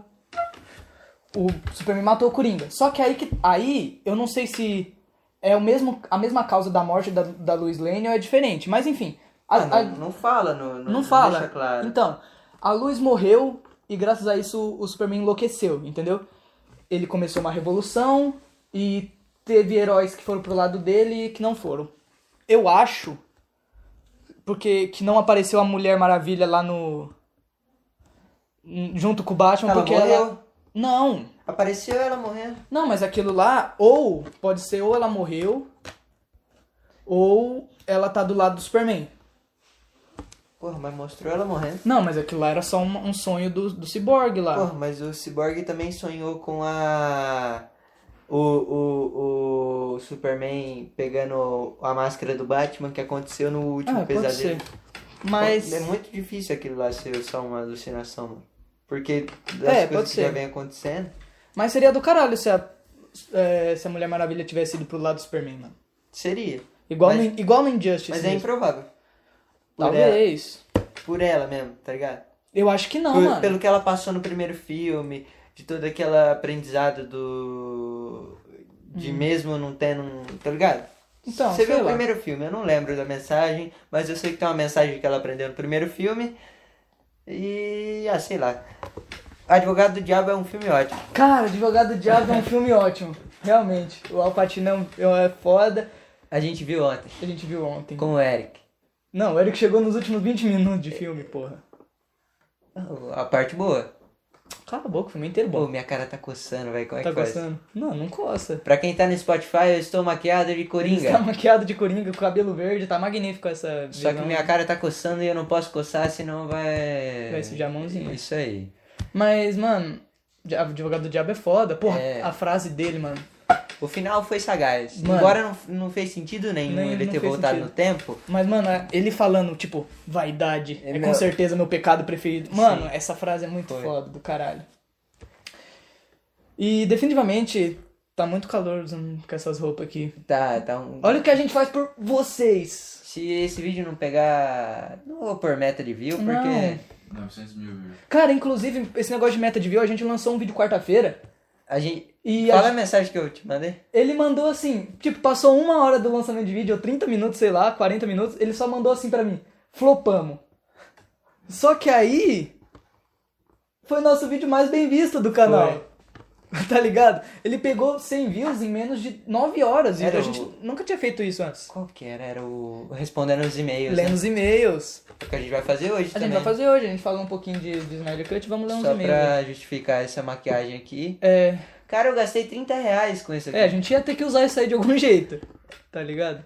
Speaker 4: O Superman matou o Coringa. Só que aí que. Aí, eu não sei se é o mesmo, a mesma causa da morte da, da Lois Lane ou é diferente. Mas enfim. a-
Speaker 3: Ah,
Speaker 4: a-
Speaker 3: não, não fala, não, não,
Speaker 4: não,
Speaker 3: não
Speaker 4: fala.
Speaker 3: deixa claro.
Speaker 4: Então, a luz morreu e graças a isso o Superman enlouqueceu, entendeu? Ele começou uma revolução e teve heróis que foram pro lado dele e que não foram. Eu acho porque que não apareceu a Mulher Maravilha lá no junto com o Batman
Speaker 3: Ela
Speaker 4: porque
Speaker 3: morreu?
Speaker 4: ela não,
Speaker 3: Apareceu ela morrendo.
Speaker 4: não, mas aquilo lá, ou pode ser ou ela morreu, ou ela tá do lado do Superman.
Speaker 3: Porra, mas mostrou ela morrendo.
Speaker 4: Não, mas aquilo lá era só um, um sonho do, do Cyborg lá. Ah,
Speaker 3: Porra, mas o Cyborg também sonhou com a. O, o, o Superman pegando a máscara do Batman que aconteceu no último
Speaker 4: ah, pode ser.
Speaker 3: um pesadelo.
Speaker 4: Mas.
Speaker 3: É muito difícil aquilo lá ser só uma alucinação, mano. Porque das
Speaker 4: É, pode
Speaker 3: coisas que já
Speaker 4: ser.
Speaker 3: vem acontecendo.
Speaker 4: Mas seria do caralho se a, é, se a Mulher Maravilha tivesse ido pro lado do Superman, mano.
Speaker 3: Seria.
Speaker 4: Igual,
Speaker 3: Mas-
Speaker 4: no, igual no Injustice.
Speaker 3: Mas é
Speaker 4: mesmo.
Speaker 3: improvável. Por ela,
Speaker 4: Talvez.
Speaker 3: por ela mesmo, tá ligado?
Speaker 4: Eu acho que não,
Speaker 3: Por-
Speaker 4: mano.
Speaker 3: Pelo que ela passou no primeiro filme, de todo aquele aprendizado do. De mesmo não tendo um. Tá ligado?
Speaker 4: Hum. Então,
Speaker 3: Você
Speaker 4: sei
Speaker 3: viu o
Speaker 4: lá.
Speaker 3: primeiro filme, eu não lembro da mensagem, mas eu sei que tem uma mensagem que ela aprendeu no primeiro filme. E. Ah, sei lá. Advogado do Diabo é um filme ótimo.
Speaker 4: Cara, Advogado do Diabo é um filme ótimo. Realmente, o Alpatino é, um, é foda.
Speaker 3: A gente viu ontem.
Speaker 4: A gente viu ontem.
Speaker 3: Com o Eric.
Speaker 4: Não, o Eric chegou nos últimos 20 minutos de filme, porra.
Speaker 3: A parte boa.
Speaker 4: Cala a boca, o filme inteiro é
Speaker 3: Pô,
Speaker 4: bom.
Speaker 3: minha cara tá coçando, velho. Como é
Speaker 4: tá
Speaker 3: que faz?
Speaker 4: gostando? Não, não coça.
Speaker 3: Pra quem tá no Spotify, eu estou maquiado de
Speaker 4: Ele está
Speaker 3: coringa.
Speaker 4: maquiado de coringa, com cabelo verde, tá magnífico essa
Speaker 3: Só que
Speaker 4: visão.
Speaker 3: minha cara tá coçando e eu não posso coçar, senão vai.
Speaker 4: Vai sujar a mãozinha.
Speaker 3: Isso aí.
Speaker 4: Mas, mano, o advogado do diabo é foda. Porra,
Speaker 3: É.
Speaker 4: a frase dele, mano.
Speaker 3: O final foi sagaz.
Speaker 4: Mano.
Speaker 3: Embora não, não fez sentido nenhum
Speaker 4: Nem-
Speaker 3: ele
Speaker 4: não
Speaker 3: ter
Speaker 4: fez
Speaker 3: voltado
Speaker 4: sentido.
Speaker 3: no tempo.
Speaker 4: Mas, mano, é ele falando, tipo, vaidade é,
Speaker 3: É
Speaker 4: com
Speaker 3: meu-
Speaker 4: certeza meu pecado preferido. Mano, essa frase é muito
Speaker 3: Foi.
Speaker 4: foda do caralho. E definitivamente tá muito calor usando com essas roupas aqui.
Speaker 3: Tá, tá um.
Speaker 4: Olha o que a gente faz por vocês.
Speaker 3: Se esse vídeo não pegar. Não vou por meta de view, porque.
Speaker 4: Não.
Speaker 6: 900 mil, viu?
Speaker 4: Cara, inclusive, esse negócio de meta de view, a gente lançou um vídeo quarta-feira.
Speaker 3: A gente.
Speaker 4: E a
Speaker 3: Fala a
Speaker 4: gente-
Speaker 3: mensagem que eu te mandei.
Speaker 4: ele mandou assim, tipo, passou uma hora do lançamento de vídeo, ou 30 minutos, sei lá, 40 minutos, ele só mandou assim pra mim, flopamos. Só que aí, foi o nosso vídeo mais bem visto do canal. Tá ligado? Ele pegou 100 views em menos de 9 horas. E
Speaker 3: Era
Speaker 4: a gente
Speaker 3: o-
Speaker 4: nunca tinha feito isso antes.
Speaker 3: Qual que era? Era o. Respondendo os e-mails.
Speaker 4: Lendo
Speaker 3: Né?
Speaker 4: os e-mails.
Speaker 3: O que a gente vai fazer hoje
Speaker 4: A
Speaker 3: também.
Speaker 4: gente vai fazer hoje, a gente fala um pouquinho de, de Snyder Cut, vamos ler uns
Speaker 3: Só
Speaker 4: e-mails.
Speaker 3: pra justificar essa maquiagem aqui.
Speaker 4: É,
Speaker 3: Cara, eu gastei 30 reais com isso aqui.
Speaker 4: é, a gente ia ter que usar isso aí de algum jeito. Tá ligado?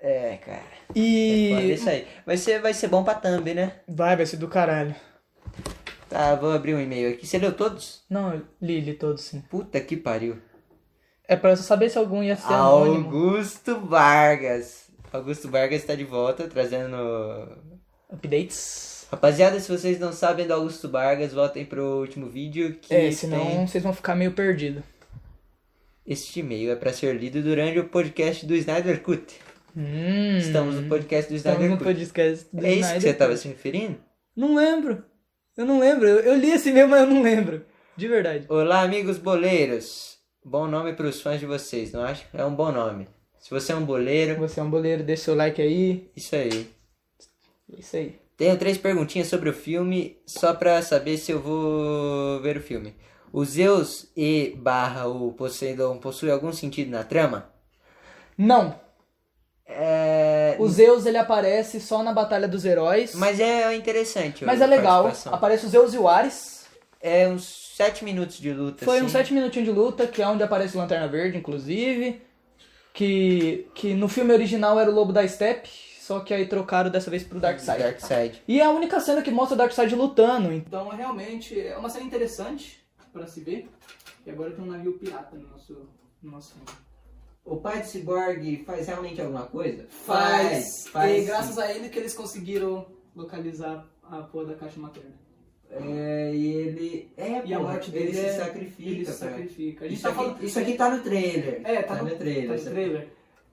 Speaker 3: É, cara. Pode
Speaker 4: E.
Speaker 3: isso aí. Vai ser, vai ser bom pra thumb, né?
Speaker 4: Vai, vai ser do caralho.
Speaker 3: Tá, vou abrir um e-mail aqui. Você leu todos?
Speaker 4: Não, eu li, li todos sim.
Speaker 3: Puta que pariu.
Speaker 4: É pra eu saber se algum ia ser é um anônimo.
Speaker 3: Augusto Vargas. Augusto Vargas tá de volta, trazendo...
Speaker 4: Updates.
Speaker 3: Rapaziada, se vocês não sabem do Augusto Vargas, voltem pro último vídeo que
Speaker 4: é,
Speaker 3: tem...
Speaker 4: senão vocês vão ficar meio perdidos.
Speaker 3: Este e-mail é pra ser lido durante o podcast do Snyder Cut.
Speaker 4: Hum,
Speaker 3: Estamos no podcast do
Speaker 4: estamos
Speaker 3: Snyder
Speaker 4: no
Speaker 3: Cut.
Speaker 4: podcast do
Speaker 3: É isso que
Speaker 4: Snyder
Speaker 3: você
Speaker 4: Cut.
Speaker 3: tava se referindo?
Speaker 4: Não lembro. Eu não lembro. Eu, eu li esse mesmo, mas eu não lembro. De verdade.
Speaker 3: Olá, amigos boleiros. Bom nome pros fãs de vocês, não acho? É um bom nome. Se você é um boleiro,
Speaker 4: Você é um boleiro, deixa seu like aí.
Speaker 3: isso aí.
Speaker 4: É isso aí.
Speaker 3: Tenho três perguntinhas sobre o filme, só pra saber se eu vou ver o filme. O Zeus e barra o Poseidon possui algum sentido na trama?
Speaker 4: Não,
Speaker 3: É...
Speaker 4: o Zeus ele aparece só na Batalha dos Heróis.
Speaker 3: Mas é interessante.
Speaker 4: mas
Speaker 3: a
Speaker 4: é legal.
Speaker 3: participação.
Speaker 4: Aparece o Zeus e o Ares.
Speaker 3: É uns sete minutos de luta.
Speaker 4: Foi um
Speaker 3: assim.
Speaker 4: uns 7 minutinhos de luta, que é onde aparece o Lanterna Verde, inclusive. Que, que no filme original era o Lobo da Steppe, só que aí trocaram dessa vez pro Darkseid.
Speaker 3: Dark Side.
Speaker 4: E é a única cena que mostra o Darkseid lutando. hein?
Speaker 5: Então, é realmente, é uma cena interessante pra se ver. E agora tem um navio pirata no nosso... No nosso...
Speaker 3: O pai de Cyborg faz realmente alguma coisa?
Speaker 5: E graças a ele que eles conseguiram localizar a porra da caixa materna.
Speaker 3: É, e ele. É,
Speaker 5: E a
Speaker 3: porra,
Speaker 5: morte dele
Speaker 3: ele se
Speaker 5: é-
Speaker 3: sacrifica.
Speaker 5: Ele se
Speaker 3: cara.
Speaker 5: sacrifica. A gente
Speaker 3: Isso,
Speaker 5: tá
Speaker 3: aqui,
Speaker 5: falando...
Speaker 3: isso aqui tá no trailer.
Speaker 5: É, tá,
Speaker 3: no trailer.
Speaker 5: Tá no trailer.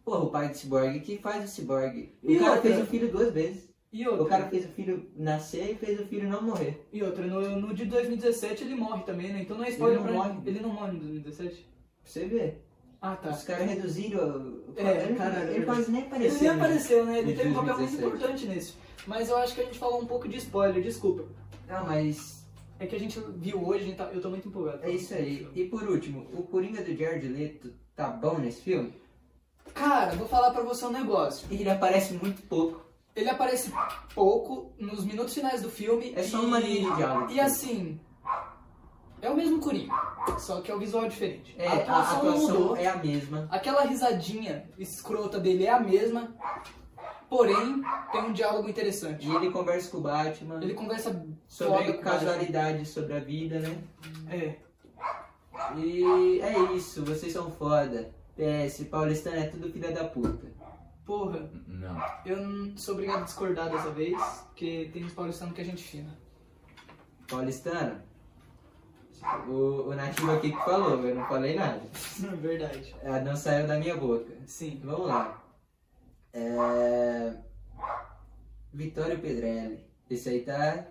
Speaker 3: Porra, o pai de Cyborg que faz o Cyborg. O
Speaker 5: E
Speaker 3: cara
Speaker 5: outra?
Speaker 3: fez o filho duas vezes.
Speaker 5: E
Speaker 3: O
Speaker 5: outra,
Speaker 3: cara fez o filho nascer e fez o filho não morrer.
Speaker 5: e outra no, no de 2017 ele morre também, né? Então não é spoiler
Speaker 3: Ele não
Speaker 5: pra
Speaker 3: morre.
Speaker 5: Ele não morre no 2017?
Speaker 3: Pra você ver.
Speaker 5: Ah, tá.
Speaker 3: Os caras reduziram. o-
Speaker 5: É,
Speaker 3: ele,
Speaker 5: cara,
Speaker 3: ele quase nem
Speaker 5: Ele
Speaker 3: apareceu.
Speaker 5: nem
Speaker 3: né?
Speaker 5: apareceu, né? Ele
Speaker 3: No
Speaker 5: teve um papel muito
Speaker 3: 2017.
Speaker 5: importante nesse. Mas eu acho que a gente falou um pouco de spoiler, desculpa.
Speaker 3: Não, mas
Speaker 5: É que a gente viu hoje, a gente tá- eu tô muito empolgado.
Speaker 3: é isso aí. E por último, o Coringa do Jared Leto tá bom nesse filme?
Speaker 5: Cara, vou falar pra você um negócio.
Speaker 3: Ele aparece muito pouco.
Speaker 5: Ele aparece pouco nos minutos finais do filme.
Speaker 3: É só
Speaker 5: e-
Speaker 3: uma linha de diálogo.
Speaker 5: E assim. É o mesmo Coringa, só que é o visual diferente.
Speaker 3: É,
Speaker 5: a atuação,
Speaker 3: a
Speaker 5: não mudou.
Speaker 3: atuação é a mesma.
Speaker 5: Aquela risadinha escrota dele é a mesma, porém tem um diálogo interessante.
Speaker 3: E ele conversa com o Batman.
Speaker 5: Ele conversa
Speaker 3: sobre
Speaker 5: foda com o
Speaker 3: casualidade, sobre a vida, né?
Speaker 5: cara. É.
Speaker 3: E é isso, vocês são foda. PS, paulistano é tudo filha da puta.
Speaker 5: Porra,
Speaker 6: Não.
Speaker 5: eu não sou obrigado a discordar dessa vez, porque tem uns paulistanos que a gente fina.
Speaker 3: Paulistano? O, o nativo aqui que falou, eu não falei nada.
Speaker 5: É Verdade.
Speaker 3: Ah, Não saiu da minha boca.
Speaker 5: Sim.
Speaker 3: Vamos lá. É... Vitório Pedrelli. Esse aí tá.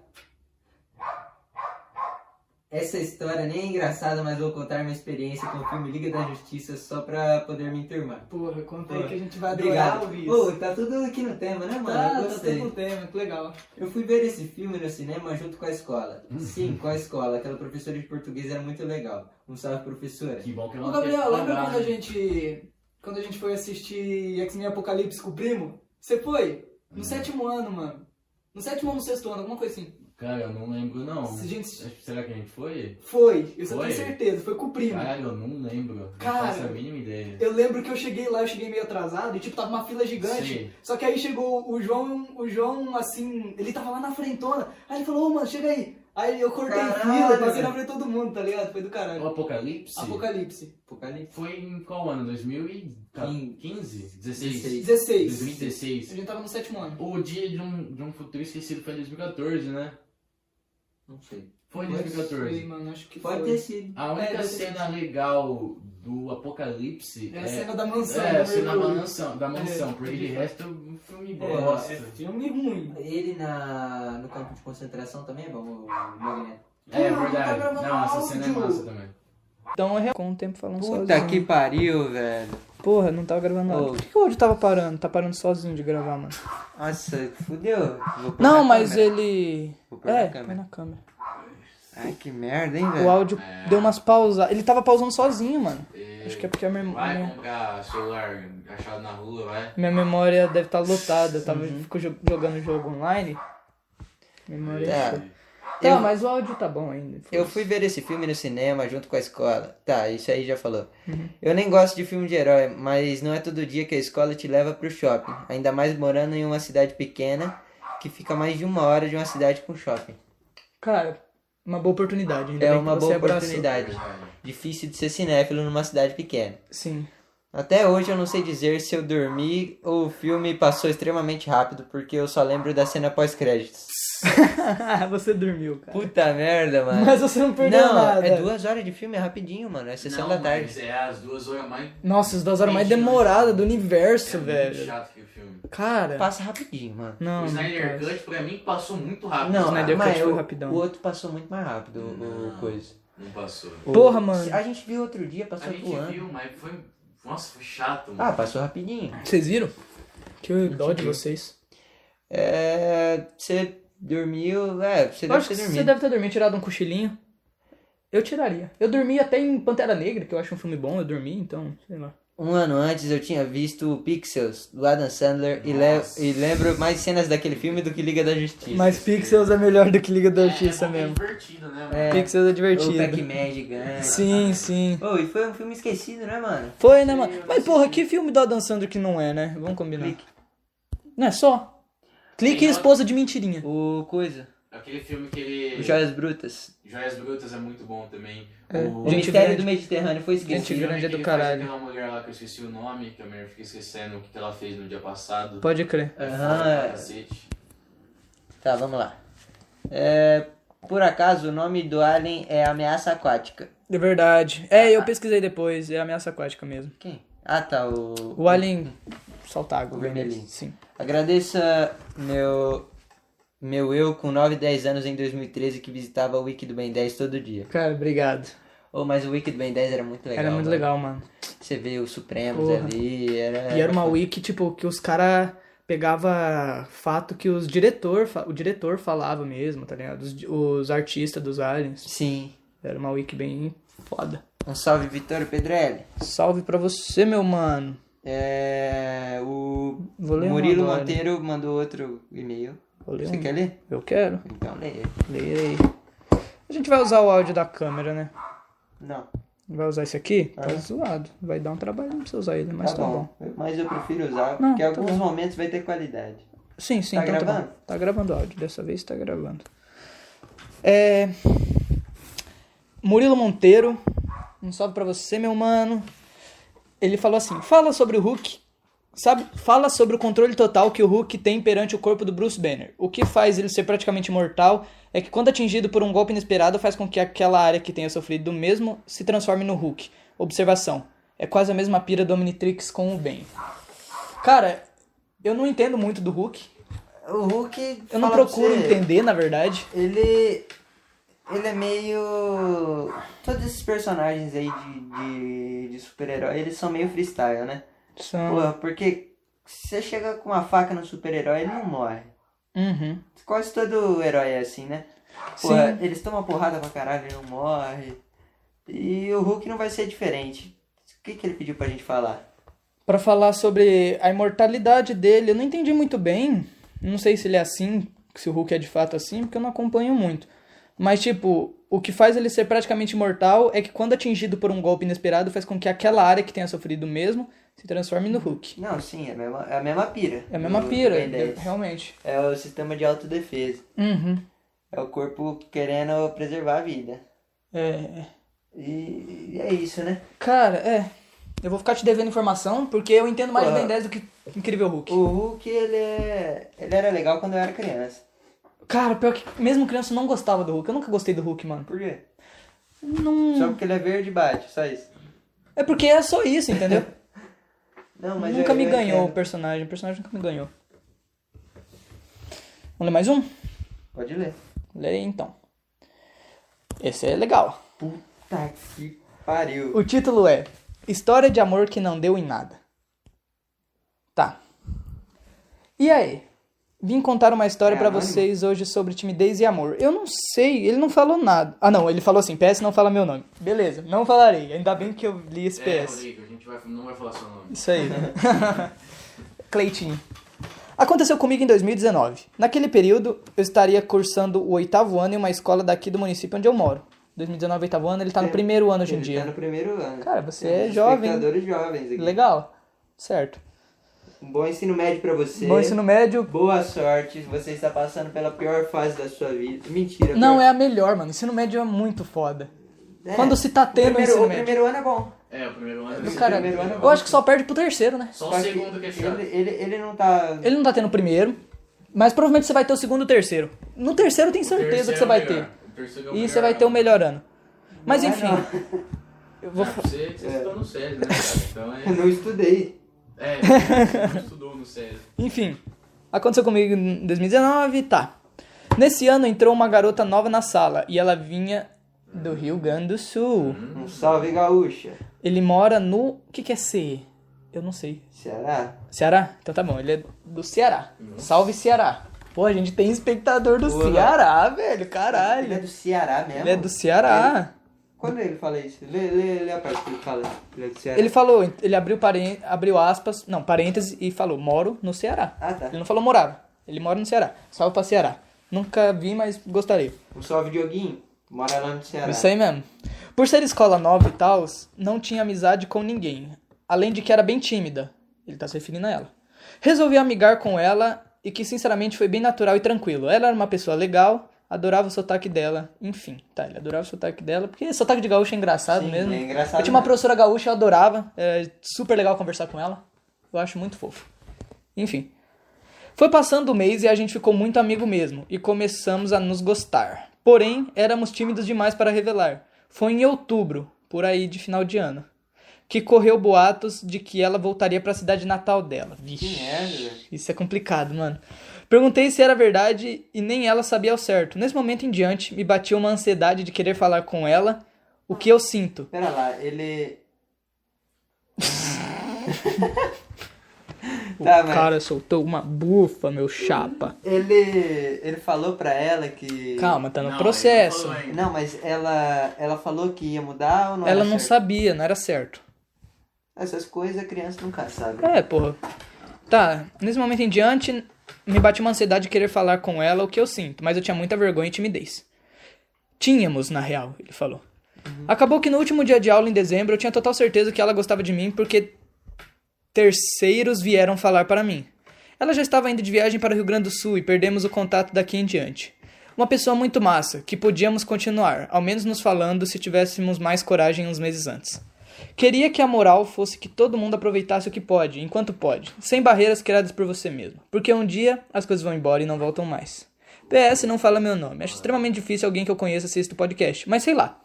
Speaker 3: Essa história nem é engraçada, mas vou contar minha experiência com o filme Liga da Justiça só pra poder me enturmar.
Speaker 4: Porra, conta
Speaker 3: Porra.
Speaker 4: aí que a gente vai adorar
Speaker 3: Obrigado.
Speaker 4: ouvir
Speaker 3: Pô,
Speaker 4: isso.
Speaker 3: tá tudo aqui no tema, né, mano?
Speaker 4: tá,
Speaker 3: Eu
Speaker 4: tá
Speaker 3: gostei.
Speaker 4: todo um tema, que legal.
Speaker 3: Eu fui ver esse filme no cinema junto com a escola. Sim, com a escola. Aquela professora de português era muito legal. Um salve, professora.
Speaker 7: Que bom que eu
Speaker 4: Ô,
Speaker 7: não
Speaker 4: Gabriel,
Speaker 7: tenho
Speaker 4: lembra
Speaker 7: pagado.
Speaker 4: quando a gente. Quando a gente foi assistir X-Men Apocalipse com o primo? Você foi? No sétimo ano, mano. No sétimo ou no sexto ano, alguma coisa assim.
Speaker 7: né? Cara, eu não lembro, não.
Speaker 4: Se a gente-
Speaker 7: Acho que- Será que a gente foi?
Speaker 4: Foi, eu só
Speaker 7: Foi?
Speaker 4: tenho certeza, foi com o primo.
Speaker 7: Caralho, eu não lembro.
Speaker 4: Cara.
Speaker 7: não faço a mínima ideia.
Speaker 4: Eu lembro que eu cheguei lá, eu cheguei meio atrasado e tipo, tava uma fila gigante.
Speaker 7: Sim.
Speaker 4: Só que aí chegou o João, o João, assim, ele tava lá na frentona. Aí ele falou, ô mano, chega aí. Aí eu cortei
Speaker 3: Caralho,
Speaker 4: fila, passei na
Speaker 3: velho.
Speaker 4: frente de todo mundo, tá ligado? Foi do
Speaker 7: O
Speaker 4: caralho.
Speaker 7: Apocalipse?
Speaker 4: Apocalipse.
Speaker 3: Apocalipse.
Speaker 7: Foi em qual ano? Tá. 2015? 16?
Speaker 4: 16.
Speaker 7: 2016.
Speaker 4: A gente tava no sétimo ano.
Speaker 7: O dia de um, de um futuro esquecido foi em 2014, né?
Speaker 3: Não sei.
Speaker 7: é Foi em
Speaker 4: Foi,
Speaker 7: 2014.
Speaker 4: mano, acho que
Speaker 3: Pode
Speaker 4: foi.
Speaker 3: ter sido.
Speaker 7: A única
Speaker 4: É, 2016.
Speaker 7: cena legal do Apocalipse
Speaker 4: É
Speaker 7: é,
Speaker 4: a cena da mansão. né,
Speaker 7: é,
Speaker 4: do
Speaker 7: a cena da
Speaker 4: mergulho.
Speaker 7: mansão, da mansão
Speaker 4: É.
Speaker 7: porque de resto o filme
Speaker 4: É, é
Speaker 7: bosta.
Speaker 4: filme ruim.
Speaker 3: Ele na, no campo de concentração também, vamos, né? Magneto.
Speaker 7: É,
Speaker 4: Porra, tá
Speaker 7: verdade.
Speaker 4: gravando
Speaker 7: Não, essa cena é
Speaker 4: áudio.
Speaker 7: massa também.
Speaker 8: Então é com o tempo falando
Speaker 3: Puta
Speaker 8: sozinho.
Speaker 3: que pariu, velho.
Speaker 8: Porra, não tava gravando nada.
Speaker 3: Ô.
Speaker 8: Por que, que o áudio tava parando? Tá parando sozinho de gravar, mano.
Speaker 3: Nossa, fudeu. Vou pôr
Speaker 8: Não,
Speaker 3: na
Speaker 8: mas
Speaker 3: câmera.
Speaker 8: ele.
Speaker 3: Vou pôr
Speaker 8: É,
Speaker 3: na
Speaker 8: põe
Speaker 3: câmera. É.
Speaker 8: na câmera.
Speaker 3: Ai, que merda, hein,
Speaker 8: O
Speaker 3: velho.
Speaker 8: áudio deu umas pausas. Ele tava pausando sozinho, mano. Acho que é porque a minha,
Speaker 7: Vai
Speaker 8: minha,
Speaker 7: comprar celular achado na rua, vai.
Speaker 8: minha memória deve estar lotada. Eu tava
Speaker 3: Uhum.
Speaker 8: fico jo- jogando jogo online. Memória.
Speaker 3: Tá.
Speaker 8: Tá,
Speaker 3: Eu-
Speaker 8: mas o áudio tá bom ainda.
Speaker 3: Eu fui ver esse filme no cinema junto com a escola. Tá, isso aí já falou.
Speaker 8: Uhum.
Speaker 3: Eu nem gosto de filme de herói, mas não é todo dia que a escola te leva pro shopping. Ainda mais morando em uma cidade pequena que fica mais de uma hora de uma cidade com shopping.
Speaker 8: Cara, uma boa oportunidade. Ainda
Speaker 3: É
Speaker 8: bem que
Speaker 3: uma
Speaker 8: você
Speaker 3: boa
Speaker 8: abraçou.
Speaker 3: oportunidade.
Speaker 7: Verdade.
Speaker 3: Difícil de ser cinéfilo numa cidade pequena.
Speaker 8: Sim.
Speaker 3: Até hoje eu não sei dizer se eu dormi ou o filme passou extremamente rápido, porque eu só lembro da cena pós-créditos.
Speaker 8: você dormiu, cara.
Speaker 3: Puta merda, mano.
Speaker 8: Mas você não perdeu
Speaker 3: não,
Speaker 8: nada.
Speaker 3: é duas horas de filme, é rapidinho, mano. É sessão
Speaker 7: Não,
Speaker 3: da tarde.
Speaker 7: mas É as duas horas mais.
Speaker 8: Nossa, as duas horas mais
Speaker 3: né?
Speaker 8: demoradas do universo,
Speaker 7: é Muito
Speaker 8: velho.
Speaker 7: chato que o filme.
Speaker 8: Cara.
Speaker 3: Passa rapidinho, mano.
Speaker 8: Não.
Speaker 7: o
Speaker 8: não
Speaker 3: é
Speaker 7: Snyder
Speaker 8: passa.
Speaker 7: Cut pra mim passou muito rápido.
Speaker 8: O Snyder
Speaker 3: mas
Speaker 8: Cut foi
Speaker 3: o-
Speaker 8: rapidão.
Speaker 3: O outro passou muito mais rápido, o- o,
Speaker 7: Não.
Speaker 3: coisa.
Speaker 7: Não passou.
Speaker 3: O-
Speaker 8: Porra, mano.
Speaker 3: A gente viu outro dia,
Speaker 7: A
Speaker 3: passou
Speaker 7: gente
Speaker 3: voando.
Speaker 8: um
Speaker 7: viu, mas foi. Nossa, foi chato,
Speaker 3: Ah,
Speaker 7: mano.
Speaker 3: passou rapidinho.
Speaker 8: Vocês viram? Que dó de vocês.
Speaker 3: É. Você dormiu. É, você
Speaker 8: Eu
Speaker 3: deve
Speaker 8: acho
Speaker 3: ter
Speaker 8: que
Speaker 3: dormido.
Speaker 8: você deve ter dormido, tirado um cochilinho. Eu tiraria. Eu dormi até em Pantera Negra, que eu acho um filme bom, eu dormi, então, sei lá.
Speaker 3: Um ano antes eu tinha visto o Pixels do Adam Sandler e, le-
Speaker 7: Nossa.
Speaker 3: e lembro mais cenas daquele filme do que Liga da Justiça.
Speaker 8: Mas Pixels é melhor do que Liga da
Speaker 7: É,
Speaker 8: Justiça
Speaker 7: é bom que é
Speaker 8: mesmo.
Speaker 7: divertido, né, mano?
Speaker 3: É,
Speaker 8: Pixels é
Speaker 3: o
Speaker 8: divertido.
Speaker 3: Pac-Man né? gigante.
Speaker 8: Sim, sim.
Speaker 3: Oh, e foi um filme esquecido, né, mano?
Speaker 8: Foi, né, mano? Mas porra, que filme do Adam Sandler que não é, né? Vamos combinar.
Speaker 3: Clique.
Speaker 8: Não é só? Clique e esposa de mentirinha.
Speaker 3: O Coisa.
Speaker 8: É.
Speaker 7: Aquele filme que ele.
Speaker 3: O Joias Brutas.
Speaker 7: Joias Brutas é muito bom também.
Speaker 8: É.
Speaker 7: O...
Speaker 3: O
Speaker 8: Gente
Speaker 3: Mistério
Speaker 8: Grande.
Speaker 3: do Mediterrâneo foi
Speaker 7: Esse
Speaker 8: Gente
Speaker 3: esquecido.
Speaker 7: filme
Speaker 8: Grande é
Speaker 7: que
Speaker 8: do
Speaker 7: ele faz
Speaker 8: caralho.
Speaker 7: Aquela mulher lá que eu esqueci o nome, que a mulher fica esquecendo o que que ela fez no dia passado.
Speaker 8: Pode crer.
Speaker 7: É
Speaker 3: Aham,
Speaker 7: foda pra
Speaker 3: é.
Speaker 7: cacete.
Speaker 3: Tá, vamos lá. É, por acaso, o nome do alien é Ameaça Aquática.
Speaker 8: É verdade. É,
Speaker 3: Ah.
Speaker 8: eu pesquisei depois, é ameaça aquática mesmo.
Speaker 3: Quem? Ah, tá, o...
Speaker 8: O Alien solta água.
Speaker 3: O vermelhinho.
Speaker 8: Sim.
Speaker 3: Agradeça meu... Meu eu com 9, 10 anos em 2013 que visitava o Wiki do Ben 10 todo dia.
Speaker 8: Cara, obrigado.
Speaker 3: Oh, mas o Wiki do Ben 10 era muito legal.
Speaker 8: Era muito
Speaker 3: mano.
Speaker 8: legal, mano.
Speaker 3: Você vê os Supremos
Speaker 8: Porra.
Speaker 3: ali, era...
Speaker 8: E era uma wiki, tipo, que os caras pegava fato que os diretor, fa- o diretor falava mesmo, tá ligado? Os, di- os artistas dos aliens.
Speaker 3: Sim.
Speaker 8: Era uma wiki bem foda.
Speaker 3: Um salve, Vitório Pedrelli.
Speaker 8: Salve pra você, meu mano.
Speaker 3: É... O...
Speaker 8: Vou ler um
Speaker 3: Murilo
Speaker 8: agora.
Speaker 3: Monteiro mandou outro e-mail.
Speaker 8: Vou ler
Speaker 3: Você
Speaker 8: um.
Speaker 3: quer ler?
Speaker 8: Eu quero.
Speaker 3: Então leia.
Speaker 8: Lerei. A gente vai usar o áudio da câmera, né?
Speaker 3: Não. tá
Speaker 8: Vai usar esse aqui? Tá
Speaker 3: Aham.
Speaker 8: zoado. Vai dar um trabalho pra você usar ele, mas tá, bom.
Speaker 3: Mas eu prefiro usar,
Speaker 8: Não,
Speaker 3: porque
Speaker 8: tá
Speaker 3: alguns
Speaker 8: bom.
Speaker 3: momentos vai ter qualidade.
Speaker 8: Sim, sim,
Speaker 3: Tá
Speaker 8: então tá
Speaker 3: gravando?
Speaker 8: bom. Tá gravando o áudio, dessa vez tá gravando. É... Murilo Monteiro, um salve pra você, meu mano. Ele falou assim: fala sobre o Hulk. Sabe, fala sobre o controle total que o Hulk tem perante o corpo do Bruce Banner. O que faz ele ser praticamente imortal é que, quando atingido por um golpe inesperado, faz com que aquela área que tenha sofrido do mesmo se transforme no Hulk. Observação: é quase a mesma pira do Omnitrix com o Ben. Cara, eu não entendo muito do Hulk.
Speaker 3: O Hulk.
Speaker 8: Eu não
Speaker 3: fala pra
Speaker 8: procuro um
Speaker 3: você,
Speaker 8: entender, na verdade.
Speaker 3: Ele. ele é meio. Todos esses personagens aí de, de, de super-herói, eles são meio freestyle, né?
Speaker 8: São.
Speaker 3: Pô, porque se você chega com uma faca no super-herói, ele não morre.
Speaker 8: Uhum.
Speaker 3: Quase todo herói é assim, né? Pô,
Speaker 8: Sim.
Speaker 3: eles tomam porrada pra caralho né? e não morre. E o Hulk não vai ser diferente. O que, que ele pediu pra gente falar?
Speaker 8: Pra falar sobre a imortalidade dele, eu não entendi muito bem. Não sei se ele é assim, se o Hulk é de fato assim, porque eu não acompanho muito. Mas, tipo, o que faz ele ser praticamente imortal é que quando atingido por um golpe inesperado, faz com que aquela área que tenha sofrido mesmo se transforme no Hulk.
Speaker 3: Não, sim, é a mesma, é a mesma pira.
Speaker 8: É a mesma
Speaker 3: do- do
Speaker 8: pira,
Speaker 3: Ben 10.
Speaker 8: realmente.
Speaker 3: É o sistema de autodefesa.
Speaker 8: Uhum.
Speaker 3: É o corpo querendo preservar a vida.
Speaker 8: É.
Speaker 3: E, e é isso, né?
Speaker 8: Cara, é. Eu vou ficar te devendo informação, porque eu entendo mais do
Speaker 3: Porra.
Speaker 8: Ben 10 do que Incrível Hulk.
Speaker 3: O Hulk, ele é. Ele era legal quando eu era criança.
Speaker 8: Cara, pior que mesmo criança eu não gostava do Hulk. Eu nunca gostei do Hulk, mano.
Speaker 3: Por quê?
Speaker 8: Não.
Speaker 3: Só porque ele é verde e bate, só isso.
Speaker 8: É porque é só isso, entendeu?
Speaker 3: Não, mas
Speaker 8: nunca
Speaker 3: eu-
Speaker 8: me
Speaker 3: eu
Speaker 8: ganhou o
Speaker 3: entendo.
Speaker 8: personagem. O personagem nunca me ganhou. Vamos ler mais um?
Speaker 3: Pode ler.
Speaker 8: Lerei então. Esse é legal.
Speaker 3: Tá que pariu.
Speaker 8: O título é História de Amor que Não Deu em Nada. Tá. E aí? Vim contar uma história
Speaker 3: É
Speaker 8: pra
Speaker 3: anônimo?
Speaker 8: vocês hoje sobre timidez e amor. Eu não sei, ele não falou nada. Ah, não, ele falou assim: PS não fala meu nome. Beleza, não falarei. Ainda bem que eu li esse
Speaker 7: É,
Speaker 8: PS.
Speaker 7: Rodrigo, a gente vai, não vai falar seu nome.
Speaker 8: Isso aí.
Speaker 3: né?
Speaker 8: Cleitinho. Aconteceu comigo em 2019. Naquele período, eu estaria cursando o oitavo ano em uma escola daqui do município onde eu moro. 2019, oitavo ano, ele tá no
Speaker 3: É,
Speaker 8: primeiro ano hoje em
Speaker 3: Ele tá
Speaker 8: dia.
Speaker 3: no primeiro ano.
Speaker 8: Cara, você
Speaker 3: Tem
Speaker 8: é
Speaker 3: uns
Speaker 8: jovem.
Speaker 3: Espectadores jovens aqui.
Speaker 8: Legal. Certo.
Speaker 3: Um bom ensino médio pra você.
Speaker 8: Bom ensino médio.
Speaker 3: Boa sorte. Você está passando pela pior fase da sua vida. Mentira.
Speaker 8: Não,
Speaker 3: pior-
Speaker 8: é a melhor, mano. Ensino médio é muito foda.
Speaker 3: É.
Speaker 8: Quando se tá
Speaker 3: O
Speaker 8: tendo
Speaker 3: primeiro,
Speaker 8: ensino
Speaker 3: o
Speaker 8: médio.
Speaker 3: primeiro ano é bom.
Speaker 7: É, o primeiro ano.
Speaker 3: Esse
Speaker 8: Cara,
Speaker 3: primeiro ano é
Speaker 8: eu
Speaker 3: bom.
Speaker 8: acho que só perde pro terceiro, né?
Speaker 7: Só
Speaker 3: Só
Speaker 7: o
Speaker 3: que
Speaker 7: segundo que é chato.
Speaker 3: ele, ele, ele não tá.
Speaker 8: Ele não tá tendo o primeiro, mas provavelmente você vai ter o segundo e o terceiro. No terceiro eu tenho certeza que você
Speaker 7: é
Speaker 3: é
Speaker 8: vai ter. E você vai ter o melhor ano. Mas
Speaker 3: Não é,
Speaker 8: enfim,
Speaker 3: não.
Speaker 8: eu vou
Speaker 7: Vou... você você estudou no SESI, né, cara? Então
Speaker 3: Eu
Speaker 7: é.
Speaker 3: não estudei.
Speaker 7: É, você não estudou no SESI.
Speaker 8: Enfim, aconteceu comigo em 2019, tá. Nesse ano entrou uma garota nova na sala e ela vinha do Rio Grande do Sul.
Speaker 3: Um salve gaúcha.
Speaker 8: Ele mora no. O que, que é CE? Eu não sei.
Speaker 3: Será?
Speaker 8: Ceará? Então tá bom, ele é do Ceará. Salve Ceará. Pô, a gente tem espectador do Ceará, velho,
Speaker 3: Ele é
Speaker 8: caralho.
Speaker 3: do Ceará mesmo?
Speaker 8: Ele é do Ceará.
Speaker 3: Quando ele fala isso? Lê, lê, lê a parte que ele fala. Ele é do Ceará.
Speaker 8: Ele falou, ele abriu, paren... abriu aspas, não, parênteses e falou, moro no Ceará.
Speaker 3: Ah, tá.
Speaker 8: Ele não falou morava, ele mora no Ceará. Salve pra Ceará. Nunca vi, mas gostaria.
Speaker 3: Um salve, Dioguinho. Mora lá no Ceará.
Speaker 8: Isso aí mesmo. Por ser escola nova e tal, não tinha amizade com ninguém. Além de que era bem tímida. Ele tá se referindo a ela. Resolvi amigar com ela e que sinceramente foi bem natural e tranquilo. Ela era uma pessoa legal, adorava o sotaque dela. Enfim, tá, ele adorava o sotaque dela, porque sotaque de gaúcho é engraçado
Speaker 3: Sim,
Speaker 8: mesmo.
Speaker 3: é engraçado
Speaker 8: Eu tinha uma
Speaker 3: mesmo.
Speaker 8: professora gaúcha, eu adorava. É super legal conversar com ela. Eu acho muito fofo. Enfim. Foi passando o mês e a gente ficou muito amigo mesmo e começamos a nos gostar. Porém, éramos tímidos demais para revelar. Foi em outubro, por aí de final de ano, que correu boatos de que ela voltaria para a cidade natal dela.
Speaker 3: Que
Speaker 8: Vixe,
Speaker 3: merda, velho.
Speaker 8: isso é complicado, mano. Perguntei se era verdade e nem ela sabia ao certo. Nesse momento em diante, me batia uma ansiedade de querer falar com ela o que eu sinto.
Speaker 3: Pera lá, ele.
Speaker 8: O
Speaker 3: Tá, mas-
Speaker 8: cara soltou uma bufa, meu chapa.
Speaker 3: Ele. Ele falou pra ela que.
Speaker 8: Calma, tá
Speaker 7: Não,
Speaker 8: no
Speaker 7: ele não
Speaker 8: processo.
Speaker 7: falou ainda.
Speaker 3: Não, mas ela. Ela falou que ia mudar ou não era
Speaker 8: Ela
Speaker 4: é
Speaker 8: não
Speaker 3: certo?
Speaker 8: sabia, não era certo.
Speaker 3: Essas coisas a criança nunca sabe.
Speaker 8: É, porra. Tá, nesse momento em diante, me bate uma ansiedade de querer falar com ela o que eu sinto, mas eu tinha muita vergonha e timidez. Tínhamos, na real, ele falou. Acabou que no último dia de aula, em dezembro, eu tinha total certeza que ela gostava de mim porque terceiros vieram falar para mim. Ela já estava indo de viagem para o Rio Grande do Sul e perdemos o contato daqui em diante. Uma pessoa muito massa, que podíamos continuar, ao menos nos falando se tivéssemos mais coragem uns meses antes. Queria que a moral fosse que todo mundo aproveitasse o que pode, enquanto pode, sem barreiras criadas por você mesmo, porque um dia as coisas vão embora e não voltam mais. PS não fala meu nome, acho extremamente difícil alguém que eu conheça assistir o podcast, mas sei lá.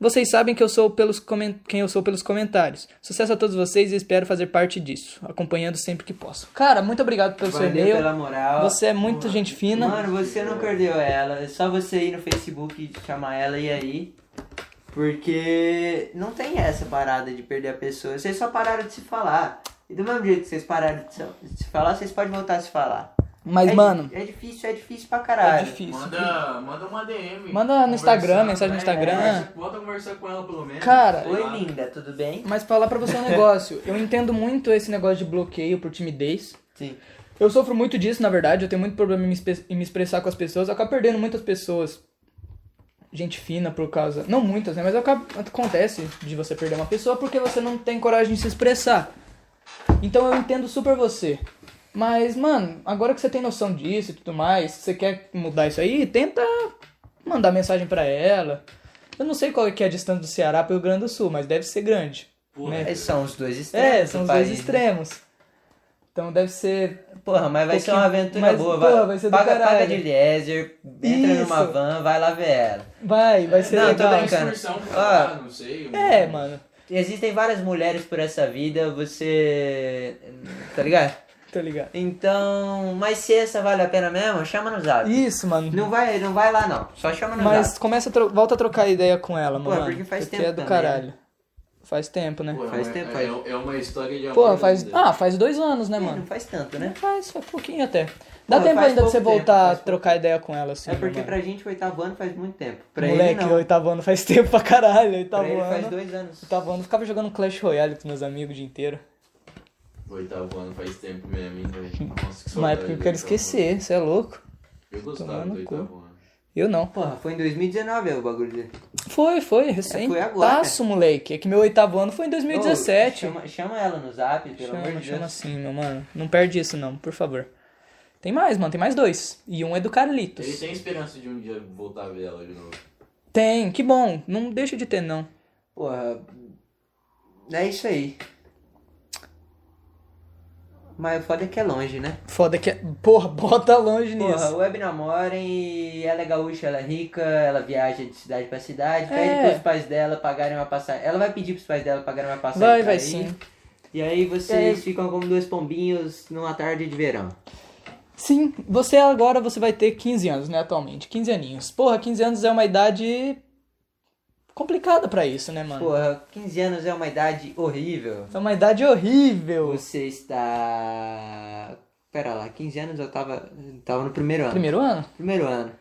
Speaker 8: Vocês sabem que eu sou pelos comen- quem eu sou pelos comentários. Sucesso a todos vocês e espero fazer parte disso, acompanhando sempre que posso. Cara, muito obrigado pelo seu
Speaker 9: Valeu
Speaker 8: e-mail.
Speaker 9: pela moral.
Speaker 8: Você é muito gente fina.
Speaker 9: Mano, você não perdeu ela. É só você ir no Facebook e chamar ela e aí. Porque não tem essa parada de perder a pessoa. Vocês só pararam de se falar. E do mesmo jeito que vocês pararam de se- de se falar, vocês podem voltar a se falar.
Speaker 8: Mas,
Speaker 9: é, di-
Speaker 8: mano,
Speaker 9: É difícil, é difícil pra
Speaker 8: é
Speaker 9: caralho.
Speaker 8: difícil.
Speaker 7: Manda, manda uma DM.
Speaker 8: Manda no
Speaker 7: Conversar,
Speaker 8: Instagram, mensagem no
Speaker 7: né?
Speaker 8: Instagram.
Speaker 7: Conversa- Volta a conversar com ela pelo menos.
Speaker 8: Cara,
Speaker 7: sei
Speaker 9: Oi,
Speaker 7: lá.
Speaker 9: linda, tudo bem?
Speaker 8: Mas falar pra você um negócio. eu entendo muito esse negócio de bloqueio por timidez.
Speaker 9: Sim.
Speaker 8: Eu sofro muito disso, na verdade. Eu tenho muito problema em me, espe- em me expressar com as pessoas. Eu acabo perdendo muitas pessoas. Gente fina por causa. Não muitas, né? Mas eu acabo- acontece de você perder uma pessoa porque você não tem coragem de se expressar. Então eu entendo super você. Mas, mano, agora que você tem noção disso e tudo mais, se você quer mudar isso aí, tenta mandar mensagem pra ela. Eu não sei qual que é a distância do Ceará pro Rio Grande do Sul, mas deve ser grande.
Speaker 7: Porra,
Speaker 8: né?
Speaker 9: Esses São os dois extremos.
Speaker 8: É,
Speaker 9: do
Speaker 8: são os
Speaker 9: país,
Speaker 8: dois
Speaker 9: né?
Speaker 8: extremos. Então deve ser.
Speaker 9: Porra, mas vai ser uma
Speaker 8: Pouquinho-
Speaker 9: aventura
Speaker 8: mas,
Speaker 9: boa.
Speaker 8: porra,
Speaker 9: vai,
Speaker 8: vai ser do
Speaker 9: paga, paga
Speaker 8: caralho.
Speaker 9: de laser, entra
Speaker 8: Isso.
Speaker 9: numa van, vai lá ver ela.
Speaker 8: Vai, vai ser
Speaker 9: Não, tô
Speaker 8: é legal.
Speaker 7: Uma
Speaker 9: brincando.
Speaker 7: excursão pra
Speaker 9: Ah.
Speaker 7: lá, não sei. um-
Speaker 8: É, mano,
Speaker 9: Existem várias mulheres por essa vida, você. Tá ligado?
Speaker 8: tô ligado.
Speaker 9: Então. Mas se essa vale a pena mesmo, chama no zap.
Speaker 8: Isso, mano.
Speaker 9: Não vai, não vai lá não, só chama no
Speaker 8: Mas
Speaker 9: zap.
Speaker 8: começa a tro- volta a trocar ideia com ela,
Speaker 9: Pô,
Speaker 8: mano.
Speaker 9: porque faz
Speaker 8: é
Speaker 9: tempo
Speaker 8: do
Speaker 9: também, né?
Speaker 8: caralho. Faz tempo, né?
Speaker 7: Pô, é
Speaker 9: Faz
Speaker 7: uma-
Speaker 9: tempo,
Speaker 7: é-
Speaker 9: faz.
Speaker 7: É, uma história de amor.
Speaker 8: Pô, faz.
Speaker 7: ainda.
Speaker 8: Ah, faz dois anos, né,
Speaker 9: É,
Speaker 8: mano?
Speaker 9: não faz tanto, né?
Speaker 8: Faz, faz pouquinho até. Dá
Speaker 9: Pô,
Speaker 8: tempo ainda
Speaker 9: faz
Speaker 8: de
Speaker 9: pouco
Speaker 8: você
Speaker 9: tempo,
Speaker 8: voltar a
Speaker 9: faz pouco
Speaker 8: trocar ideia com ela, assim.
Speaker 9: é porque
Speaker 8: mano.
Speaker 9: pra gente o oitavo ano faz muito tempo. Pra
Speaker 8: Moleque,
Speaker 9: ele não.
Speaker 8: oitavo ano faz tempo pra caralho.
Speaker 9: Pra
Speaker 8: Oitavo
Speaker 9: ele faz
Speaker 8: ano. Tá.
Speaker 9: dois anos.
Speaker 8: Oitavo ano eu ficava jogando Clash Royale com meus amigos o dia inteiro.
Speaker 7: Oitavo ano faz tempo mesmo, hein, velho. Nossa, que
Speaker 8: Uma
Speaker 7: saudade do
Speaker 8: época que eu quero
Speaker 7: oitavo ano.
Speaker 8: esquecer, você é louco.
Speaker 7: Eu gostava
Speaker 8: Tomar no
Speaker 7: do oitavo ano.
Speaker 8: Eu não.
Speaker 9: Porra, foi em 2019 é o bagulho dele.
Speaker 8: Foi, foi, recente.
Speaker 9: É, foi agora,
Speaker 8: Taço, moleque. É que meu oitavo ano foi em
Speaker 9: Ô,
Speaker 8: 2017.
Speaker 9: Chama, chama ela no zap, pelo
Speaker 8: chama,
Speaker 9: amor de
Speaker 8: chama
Speaker 9: Deus.
Speaker 8: assim, meu mano. Não perde isso, não, por favor. Tem mais, mano. Tem mais dois. E um é do Carlitos.
Speaker 7: Ele tem esperança de um dia voltar a ver ela de novo.
Speaker 8: Tem, que bom. Não deixa de ter, não.
Speaker 9: Porra. É isso aí. Mas o foda é que é longe, né?
Speaker 8: Foda que é... Porra, bota longe
Speaker 9: Porra,
Speaker 8: nisso.
Speaker 9: web namorem e ela é gaúcha, ela é rica, ela viaja de cidade pra cidade,
Speaker 8: É.
Speaker 9: pede pros pais dela pagarem uma passagem. Ela vai pedir pros pais dela pagarem uma passagem.
Speaker 8: Vai,
Speaker 9: pra
Speaker 8: vai
Speaker 9: ir.
Speaker 8: sim. É.
Speaker 9: E aí vocês ficam como dois pombinhos numa tarde de verão.
Speaker 8: Sim, você agora você vai ter 15 anos, né, atualmente. 15 aninhos. Porra, 15 anos é uma idade complicada pra isso, né, mano?
Speaker 9: Porra, 15 anos é uma idade horrível.
Speaker 8: É uma idade horrível.
Speaker 9: Você está. Pera lá, 15 anos eu tava. tava no primeiro ano.
Speaker 8: Primeiro ano?
Speaker 9: Primeiro ano.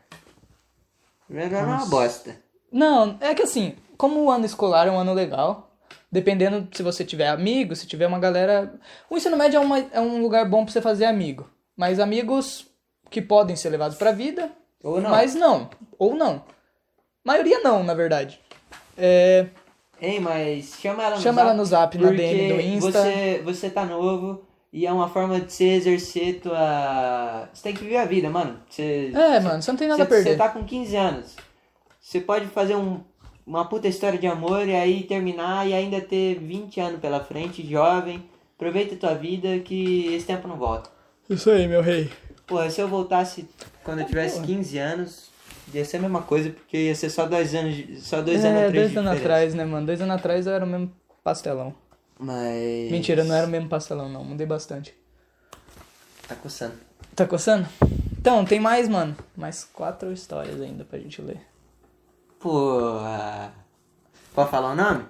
Speaker 9: Primeiro ano é uma
Speaker 8: Nossa.
Speaker 9: bosta.
Speaker 8: Não, é que assim, como o ano escolar é um ano legal, dependendo se você tiver amigo, se tiver uma galera. O ensino médio é, uma- é um lugar bom pra você fazer amigo. Mas amigos que podem ser levados pra vida,
Speaker 9: Ou não.
Speaker 8: mas não. Ou não. Maioria não, na verdade. É,
Speaker 9: Ei, mas chama ela no
Speaker 8: chama
Speaker 9: zap,
Speaker 8: ela no zap, na
Speaker 9: porque
Speaker 8: DM do Insta.
Speaker 9: Você, você tá novo e é uma forma de você exercer tua. Você tem que viver a vida, mano. Você,
Speaker 8: É, mano, você não tem nada
Speaker 9: você,
Speaker 8: a perder.
Speaker 9: Você tá com 15 anos. Você pode fazer um, uma puta história de amor e aí terminar e ainda ter 20 anos pela frente, jovem. Aproveita a tua vida que esse tempo não volta.
Speaker 8: Isso aí, meu rei.
Speaker 9: Porra, se eu voltasse quando eu tivesse 15 anos, ia ser a mesma coisa, porque ia ser só dois anos, de- só dois anos
Speaker 8: é,
Speaker 9: atrás.
Speaker 8: dois anos atrás, né, mano? Dois anos atrás eu era o mesmo pastelão.
Speaker 9: Mas.
Speaker 8: Mentira, não era o mesmo pastelão, não. Mudei bastante.
Speaker 9: Tá coçando.
Speaker 8: Tá coçando? Então, tem mais, mano. Mais quatro histórias ainda pra gente ler.
Speaker 9: Porra. Pode falar o nome?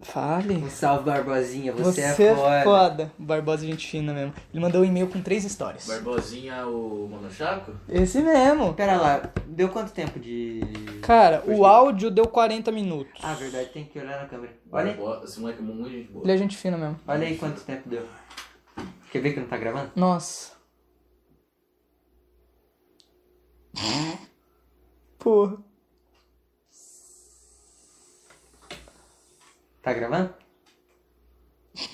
Speaker 8: Fale.
Speaker 9: Um salve Barbosinha, você,
Speaker 8: Você,
Speaker 9: é foda.
Speaker 8: é foda. Barbosa, gente fina mesmo. Ele mandou um e-mail com três histórias.
Speaker 7: Barbosinha, o Mano Chaco?
Speaker 8: Esse mesmo.
Speaker 9: Pera lá, deu quanto tempo de.
Speaker 8: Cara, o áudio deu 40 minutos.
Speaker 9: Ah, verdade, tem que olhar na câmera. Olha, aí,
Speaker 7: Barbo- Esse moleque é muito gente boa.
Speaker 8: Ele é gente fina mesmo.
Speaker 9: olha aí quanto tempo deu. Quer ver que não tá gravando?
Speaker 8: Nossa. Porra.
Speaker 9: Tá gravando?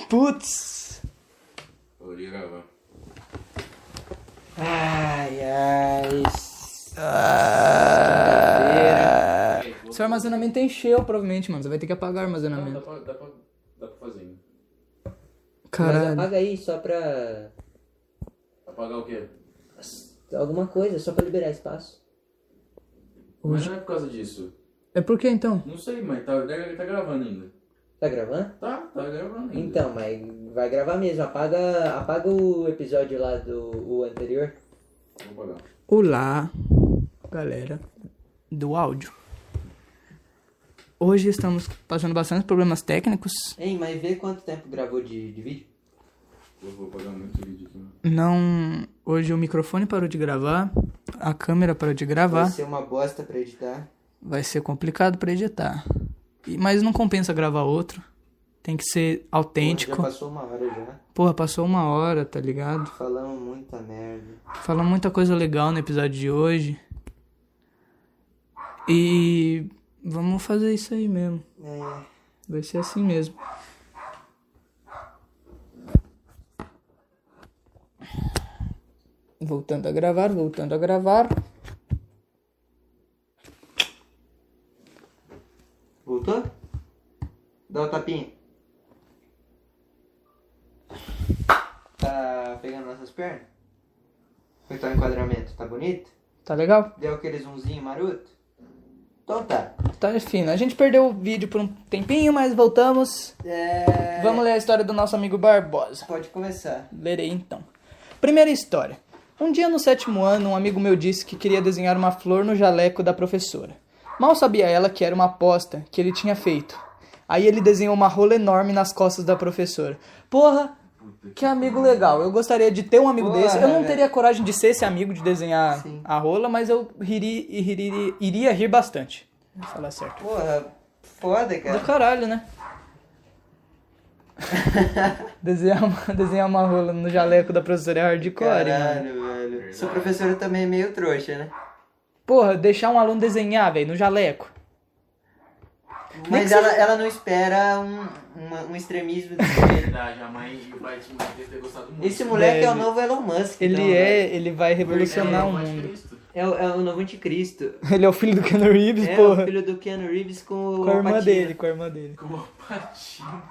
Speaker 8: Putz.
Speaker 7: Eu ia gravar.
Speaker 9: Ai, ai.
Speaker 8: Seu armazenamento encheu, provavelmente, mano. Você vai ter que apagar o
Speaker 7: Não, dá
Speaker 8: armazenamento.
Speaker 7: pra, dá pra, dá pra fazer. hein?
Speaker 9: Mas
Speaker 8: Caralho.
Speaker 9: apaga aí só pra.
Speaker 7: Apagar o quê?
Speaker 9: Alguma coisa, só pra liberar espaço.
Speaker 7: Mas não é por causa disso.
Speaker 8: É por que então?
Speaker 7: Não sei, mas tá, deve- tá gravando ainda.
Speaker 9: Tá gravando?
Speaker 7: Tá, tá gravando ainda.
Speaker 9: Então, mas vai gravar mesmo. Apaga, apaga o episódio lá do o anterior.
Speaker 7: Vou pagar.
Speaker 8: Olá, galera do áudio. Hoje estamos passando bastante problemas técnicos.
Speaker 9: Hein, mas vê quanto tempo gravou de, de vídeo.
Speaker 7: Eu vou pagar muito vídeo aqui.
Speaker 8: Não, hoje o microfone parou de gravar, a câmera parou de gravar.
Speaker 9: Vai ser uma bosta pra editar.
Speaker 8: Vai ser complicado pra editar. E- Mas não compensa gravar outro. Tem que ser
Speaker 9: Já
Speaker 8: autêntico.
Speaker 9: passou uma hora já.
Speaker 8: Porra, passou uma hora, tá ligado?
Speaker 9: Falamos muita merda.
Speaker 8: Falou muita coisa legal no episódio de hoje. E vamos fazer isso aí mesmo.
Speaker 9: É.
Speaker 8: Vai ser assim mesmo. Voltando a gravar, voltando a gravar.
Speaker 9: Voltou? Dá o tapinha. Tá pegando nossas pernas? Como tá o enquadramento? Tá bonito?
Speaker 8: Tá legal?
Speaker 9: Deu aquele zoomzinho maroto? Então tá.
Speaker 8: Tá fino. A gente perdeu o vídeo por um tempinho, mas voltamos.
Speaker 9: É...
Speaker 8: Vamos ler a história do nosso amigo Barbosa.
Speaker 9: Pode começar.
Speaker 8: Lerei então. Primeira história. Um dia no sétimo ano, um amigo meu disse que queria desenhar uma flor no jaleco da professora. Mal sabia ela que era uma aposta que ele tinha feito. Aí ele desenhou uma rola enorme nas costas da professora. Porra, que amigo legal. Eu gostaria de ter um amigo
Speaker 9: Porra,
Speaker 8: desse. Eu não
Speaker 9: né, velho.
Speaker 8: teria coragem de ser esse amigo de desenhar
Speaker 9: Sim.
Speaker 8: a rola, mas eu riri, iriri- iria rir bastante. Vou falar certo.
Speaker 9: Porra, é foda,
Speaker 8: Do
Speaker 9: cara.
Speaker 8: caralho, né? desenhar, uma, desenhar uma rola no jaleco da professora é hardcore, mano.
Speaker 9: Caralho, velho. Sua professora também é meio trouxa, né?
Speaker 8: Porra, deixar um aluno desenhar, velho, no jaleco.
Speaker 9: Mas ela, ela não espera um, uma- um extremismo desse
Speaker 7: É
Speaker 9: jeito.
Speaker 7: verdade, a mãe e o pai tinham que ter gostado muito.
Speaker 9: Esse moleque é o
Speaker 8: Velho.
Speaker 9: novo Elon Musk.
Speaker 8: Ele
Speaker 9: então,
Speaker 8: é,
Speaker 9: velho.
Speaker 8: ele vai revolucionar o mundo.
Speaker 9: É o, é o novo anticristo.
Speaker 8: Ele é o filho do Keanu Reeves,
Speaker 9: É
Speaker 8: porra.
Speaker 9: o filho do Keanu Reeves com,
Speaker 8: Com a
Speaker 9: o
Speaker 8: irmã
Speaker 9: Patino.
Speaker 8: dele, com a irmã dele.
Speaker 7: Como o patinho.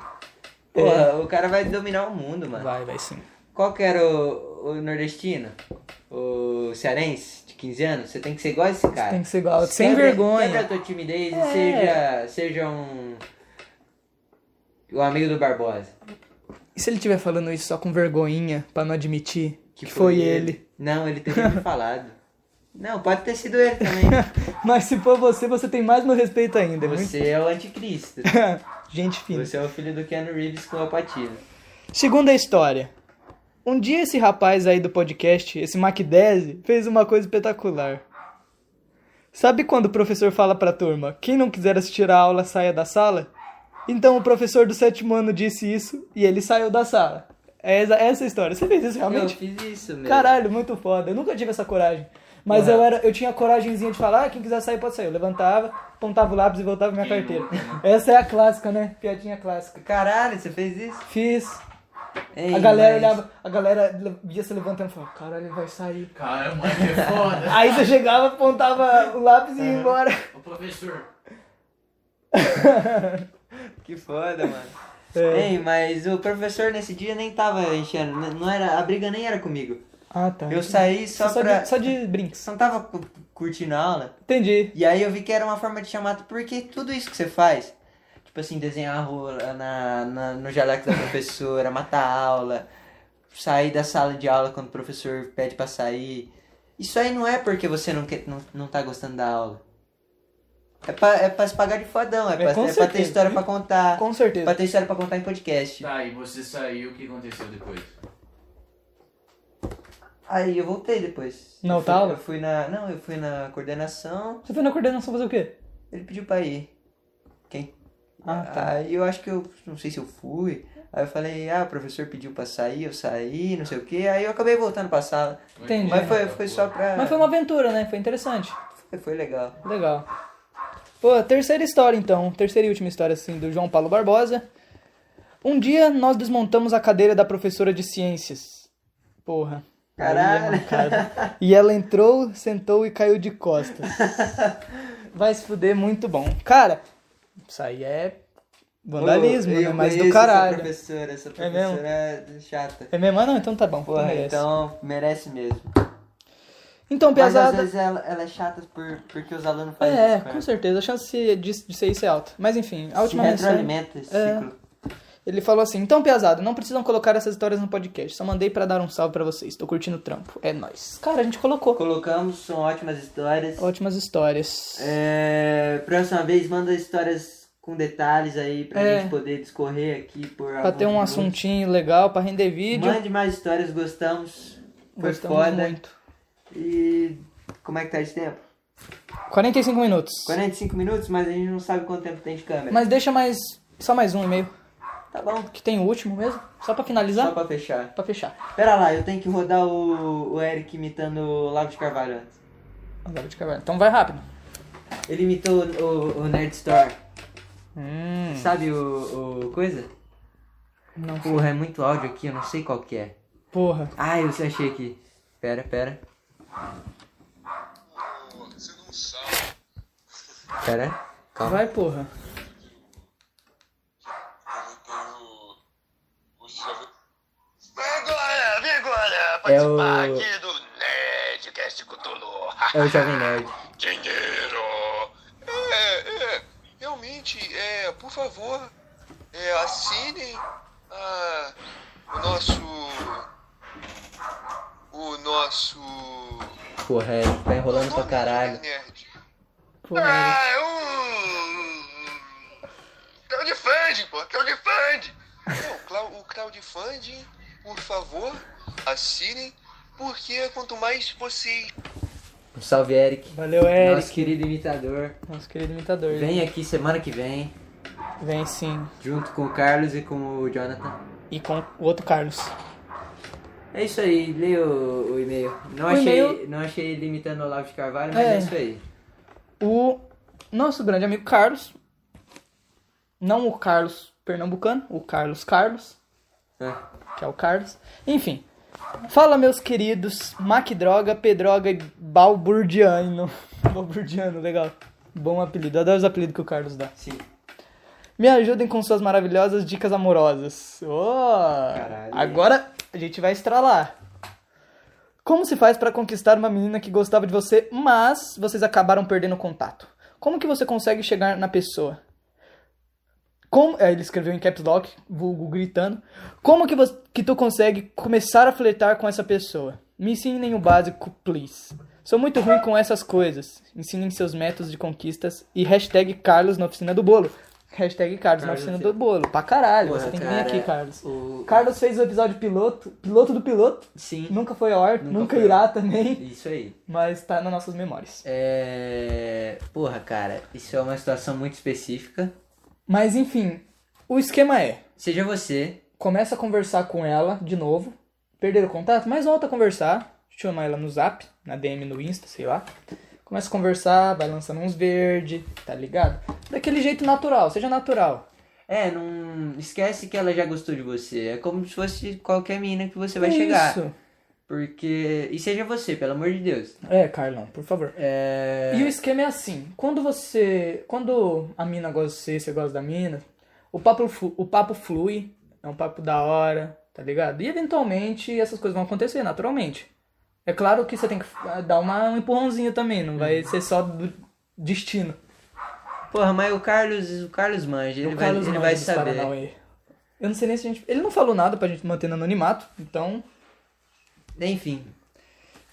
Speaker 8: É.
Speaker 9: Porra, o cara vai dominar o mundo, mano.
Speaker 8: Vai, vai sim.
Speaker 9: Qual que era o, o nordestino? O cearense, de 15 anos? Você tem que ser igual a esse cara.
Speaker 8: Tem que ser igual, sem
Speaker 9: Quebra-
Speaker 8: vergonha.
Speaker 9: Quebra a tua timidez
Speaker 8: É.
Speaker 9: e seja, seja um. O amigo do Barbosa.
Speaker 8: E se ele estiver falando isso só com vergonhinha, pra não admitir que, foi, ele?
Speaker 9: Não, ele teria me falado. Não, pode ter sido ele também.
Speaker 8: Mas se for você, você tem mais meu respeito ainda. viu?
Speaker 9: Você é o anticristo.
Speaker 8: Gente fina.
Speaker 9: Você é o filho do Keanu Reeves com a patina.
Speaker 8: Segunda história. Um dia esse rapaz aí do podcast, esse Macdese, fez uma coisa espetacular. Sabe quando o professor fala pra turma, quem não quiser assistir a aula saia da sala? Então o professor do sétimo ano disse isso e ele saiu da sala. É essa, essa a história. Você fez isso né?
Speaker 9: Eu
Speaker 8: realmente?
Speaker 9: fiz isso mesmo.
Speaker 8: Caralho, muito foda. Eu nunca tive essa coragem. Mas
Speaker 9: Ué.
Speaker 8: eu era, eu tinha a coragemzinha de falar, ah, quem quiser sair pode sair. Eu levantava, apontava o lápis e voltava minha
Speaker 7: Quem
Speaker 8: carteira.
Speaker 7: nunca, né?
Speaker 8: Essa é a clássica, né? Piadinha clássica.
Speaker 9: Caralho, você fez isso?
Speaker 8: Fiz.
Speaker 9: Ei,
Speaker 8: A galera
Speaker 9: mas-
Speaker 8: olhava, a galera le- ia se levantando e falava, caralho, ele vai sair.
Speaker 7: Cara, mãe, que é foda.
Speaker 8: Aí você chegava, apontava o lápis e ia embora.
Speaker 7: Ô professor.
Speaker 9: Que foda, mano.
Speaker 8: É.
Speaker 9: Ei, mas o professor nesse dia nem tava enchendo. n- Não era, a briga nem era comigo.
Speaker 8: Ah, tá.
Speaker 9: Eu saí só,
Speaker 8: só,
Speaker 9: pra.
Speaker 8: de, só de brinks.
Speaker 9: Só não tava cu- curtindo a aula.
Speaker 8: Entendi.
Speaker 9: E aí eu vi que era uma forma de chamar, porque tudo isso que você faz, tipo assim, desenhar a rola na, na- no jaleco da professora, matar a aula, sair da sala de aula quando o professor pede pra sair. Isso aí não é porque você não, quer, não, não tá gostando da aula. É pra, é pra se pagar de fodão, é, pra,
Speaker 8: com
Speaker 9: é pra ter
Speaker 8: certeza.
Speaker 9: história pra contar.
Speaker 8: Com certeza.
Speaker 9: Pra ter história pra contar em podcast.
Speaker 7: Tá, e você saiu, o que aconteceu depois?
Speaker 9: Aí eu voltei depois.
Speaker 8: Na
Speaker 9: Eu fui-
Speaker 8: outra aula?
Speaker 9: Eu fui na. Não, eu fui na coordenação.
Speaker 8: Você foi na coordenação fazer o quê?
Speaker 9: Ele pediu pra ir. Quem?
Speaker 8: Ah, tá.
Speaker 9: Aí eu acho que eu. Não sei se eu fui. Aí eu falei, ah, o professor pediu pra sair, eu saí, não sei o quê. Aí eu acabei voltando pra sala.
Speaker 8: Entendi.
Speaker 9: Mas foi, foi só pra.
Speaker 8: Mas foi uma aventura, né? Foi interessante.
Speaker 9: foi, foi legal.
Speaker 8: Legal. Pô, terceira história então, terceira e última história assim do João Paulo Barbosa. Um dia nós desmontamos a cadeira da professora de ciências. Porra. Aí é
Speaker 9: Caralho.
Speaker 8: mancada. E ela entrou, sentou e caiu de costas. Vai se fuder, muito bom. Cara, isso aí é vandalismo,
Speaker 9: Pô, eu
Speaker 8: né? Mas do
Speaker 9: conheço Essa
Speaker 8: caralho.
Speaker 9: professora, essa
Speaker 8: É mesmo?
Speaker 9: professora é chata.
Speaker 8: É mesmo? Ah, não, então tá bom. tu
Speaker 9: Porra,
Speaker 8: merece.
Speaker 9: então merece mesmo.
Speaker 8: Então,
Speaker 3: Mas às
Speaker 8: Piazada.
Speaker 3: vezes ela, ela é chata por, porque os alunos fazem
Speaker 8: É,
Speaker 3: isso. com
Speaker 8: com
Speaker 3: ela.
Speaker 8: certeza. A chance de, de ser isso é alta. Mas enfim, a última
Speaker 3: Se
Speaker 8: mensagem.
Speaker 3: retroalimenta esse
Speaker 8: É.
Speaker 3: ciclo.
Speaker 8: Ele falou assim: Então, Piazada, não precisam colocar essas histórias no podcast. Só mandei pra dar um salve pra vocês. Tô curtindo o trampo. É nóis. Cara, a gente colocou.
Speaker 3: Colocamos, são ótimas histórias.
Speaker 8: Ótimas histórias.
Speaker 3: É, próxima vez, manda histórias com detalhes aí pra
Speaker 8: É.
Speaker 3: gente poder discorrer aqui por
Speaker 8: Pra ter um assuntinho legal, pra render vídeo.
Speaker 3: Mande mais histórias, gostamos. Foi
Speaker 8: Gostamos
Speaker 3: foda.
Speaker 8: muito.
Speaker 3: E como é que tá de tempo?
Speaker 8: 45 minutos.
Speaker 3: 45 minutos, mas a gente não sabe quanto tempo tem de câmera.
Speaker 8: Mas deixa mais. Só mais um e-mail.
Speaker 3: Tá bom,
Speaker 8: Que tem o último mesmo. Só pra finalizar.
Speaker 3: só pra fechar.
Speaker 8: Pra fechar.
Speaker 3: Pera lá, eu tenho que rodar o, o Eric imitando o Lavo de Carvalho antes.
Speaker 8: Agora de caverna. Então vai rápido.
Speaker 3: Ele imitou o, o Nerd Store.
Speaker 8: Hum.
Speaker 3: Sabe o, o coisa?
Speaker 8: Não sei.
Speaker 3: Porra, é muito áudio aqui, eu não sei qual que é.
Speaker 8: Porra.
Speaker 3: Ah, eu achei aqui. Pera, pera. Pera. Calma.
Speaker 8: Vai, porra.
Speaker 10: Agora, vem agora
Speaker 3: É o-
Speaker 10: participar aqui do Nerdcast Cutulu.
Speaker 3: É o Jovem Nerd.
Speaker 10: Dinheiro! É, é, realmente, é, por favor, é, assinem ah, o nosso. O nosso.
Speaker 3: Porra, Eric, tá enrolando pra caralho.
Speaker 10: Nerd.
Speaker 8: Porra. Eric.
Speaker 10: Ah, eu. Crowdfunding, pô, crowdfunding. Não, clau- o crowdfunding, por favor, assinem, porque quanto mais vocês
Speaker 3: Um salve, Eric.
Speaker 8: Valeu, Eric.
Speaker 3: Nosso querido imitador.
Speaker 8: Nosso querido imitador.
Speaker 3: Vem aqui semana que vem,
Speaker 8: Vem sim.
Speaker 3: junto com o Carlos e com o Jonathan.
Speaker 8: E com o outro Carlos.
Speaker 3: É isso aí, leia o, o e-mail. Não
Speaker 8: O
Speaker 3: achei,
Speaker 8: e-mail-
Speaker 3: não achei limitando o Olavo de Carvalho, mas
Speaker 8: É.
Speaker 3: é, isso aí.
Speaker 8: o nosso grande amigo Carlos. Não o Carlos Pernambucano, o Carlos Carlos,
Speaker 3: Ah,
Speaker 8: que é o Carlos. Enfim. Fala, meus queridos Macdroga, Pedroga e Balburdiano. Balburdiano, legal. Bom apelido, adoro os apelidos que o Carlos dá.
Speaker 3: sim.
Speaker 8: Me ajudem com suas maravilhosas dicas amorosas. Oh,
Speaker 3: Caralho.
Speaker 8: agora a gente vai estralar. Como se faz pra conquistar uma menina que gostava de você, mas vocês acabaram perdendo o contato? Como que você consegue chegar na pessoa? Como, é, ele escreveu em caps lock, vulgo gritando. Como que, você, que tu consegue começar a flertar com essa pessoa? Me ensinem o básico, please. Sou muito ruim com essas coisas. Ensinem seus métodos de conquistas e hashtag Carlos na oficina do bolo. Hashtag Carlos, na
Speaker 3: Carlos
Speaker 8: oficina
Speaker 3: na
Speaker 8: do bolo. Pra caralho,
Speaker 3: Porra,
Speaker 8: você tem que vir
Speaker 3: cara,
Speaker 8: aqui, Carlos.
Speaker 3: O...
Speaker 8: Carlos fez o episódio piloto, piloto do piloto.
Speaker 3: Sim,
Speaker 8: Nunca foi ao ar, nunca,
Speaker 3: Nunca foi
Speaker 8: irá
Speaker 3: ao ar.
Speaker 8: também,
Speaker 3: isso aí.
Speaker 8: mas tá nas nossas memórias.
Speaker 3: É... Porra, cara, isso é uma situação muito específica.
Speaker 8: Mas enfim, o esquema é:
Speaker 3: Seja você,
Speaker 8: começa a conversar com ela de novo, perder o contato, mas volta a conversar, chama ela no zap, na DM no Insta, sei lá. Começa a conversar, vai lançando uns verde, tá ligado? Daquele jeito natural, seja natural.
Speaker 3: É, não esquece que ela já gostou de você. É como se fosse qualquer mina que você vai
Speaker 8: É
Speaker 3: chegar.
Speaker 8: Isso.
Speaker 3: Porque. E seja você, pelo amor de Deus.
Speaker 8: É, Carlão, por favor.
Speaker 3: É.
Speaker 8: E o esquema é assim, quando você, quando a mina gosta de você, você gosta da mina, o papo, flu- o papo flui, é um papo da hora, tá ligado? E eventualmente essas coisas vão acontecer naturalmente. É claro que você tem que ah, dar uma, um empurrãozinho também, não vai ser só do destino.
Speaker 3: Porra, mas o Carlos. O Carlos manja, ele
Speaker 8: o
Speaker 3: vai,
Speaker 8: Carlos
Speaker 3: ele
Speaker 8: manja
Speaker 3: vai
Speaker 8: dos
Speaker 3: saber.
Speaker 8: Paranauê. Eu não sei nem se a gente... Ele não falou nada pra gente manter no anonimato, então...
Speaker 3: Enfim.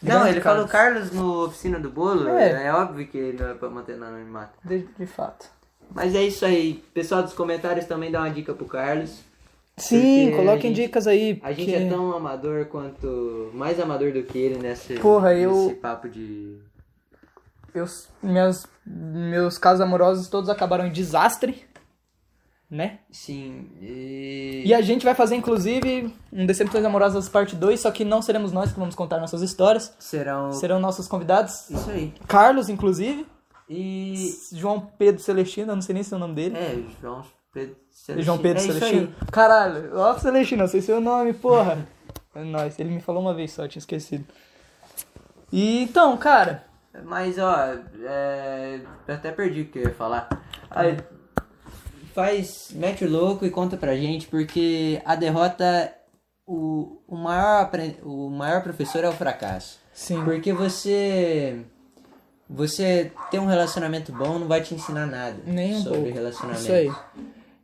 Speaker 8: Grande
Speaker 3: Não, ele falou
Speaker 8: Carlos.
Speaker 3: Carlos no Oficina do Bolo.
Speaker 8: É.
Speaker 3: É, óbvio que ele não é pra manter no anonimato.
Speaker 8: De, de fato.
Speaker 3: Mas é isso aí. Pessoal dos comentários também dá uma dica pro Carlos.
Speaker 8: Sim,
Speaker 3: Porque a
Speaker 8: coloquem
Speaker 3: gente-
Speaker 8: dicas aí.
Speaker 3: A gente
Speaker 8: que-
Speaker 3: é tão amador quanto. Mais amador do que ele nesse,
Speaker 8: Porra, eu-
Speaker 3: nesse papo de.
Speaker 8: Meus, meus, meus casos amorosos todos acabaram em desastre, né?
Speaker 3: Sim. E.
Speaker 8: E a gente vai fazer, inclusive, um Decepções Amorosas parte 2, só que não seremos nós que vamos contar nossas histórias.
Speaker 3: Serão.
Speaker 8: Serão nossos convidados,
Speaker 3: Isso aí.
Speaker 8: Carlos, inclusive,
Speaker 3: E.
Speaker 8: João Pedro Celestino, eu não sei nem se é o nome dele.
Speaker 3: É, João Pedro Celestino.
Speaker 8: João Pedro
Speaker 3: é isso
Speaker 8: Celestino. Caralho, ó Celestino, eu sei seu nome, porra. é nóis, ele me falou uma vez só, eu tinha esquecido. E então, cara,
Speaker 3: aí. Mas, ó, é... eu até perdi o que eu ia falar. Aí, faz, mete o louco e conta pra gente, porque a derrota o, o, maior, apre- o maior professor é o fracasso.
Speaker 8: Sim.
Speaker 3: Porque você. Você ter um relacionamento bom não vai te ensinar nada
Speaker 8: Nem um
Speaker 3: sobre
Speaker 8: pouco.
Speaker 3: relacionamento.
Speaker 8: Isso aí.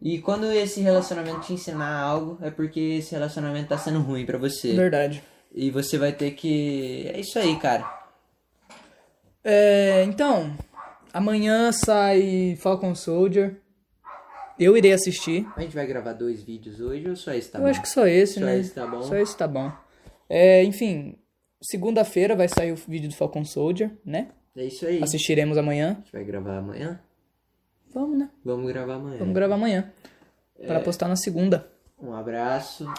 Speaker 3: E quando esse relacionamento te ensinar algo, é porque esse relacionamento tá sendo ruim pra você.
Speaker 8: Verdade.
Speaker 3: E você vai ter que. É isso aí, cara.
Speaker 8: É, então, amanhã sai Falcon Soldier. Eu irei assistir.
Speaker 3: A gente vai gravar dois vídeos hoje ou só esse tá
Speaker 8: Eu
Speaker 3: bom?
Speaker 8: acho que só
Speaker 3: Só
Speaker 8: esse, né?
Speaker 3: esse tá bom.
Speaker 8: Só esse tá bom. É, enfim, segunda-feira vai sair o vídeo do Falcon Soldier, né?
Speaker 3: É isso aí. A
Speaker 8: Assistiremos amanhã.
Speaker 3: gente vai gravar amanhã?
Speaker 8: Vamos, né?
Speaker 3: Vamos gravar amanhã.
Speaker 8: Vamos gravar amanhã.
Speaker 3: É.
Speaker 8: Pra postar na segunda.
Speaker 3: Um abraço.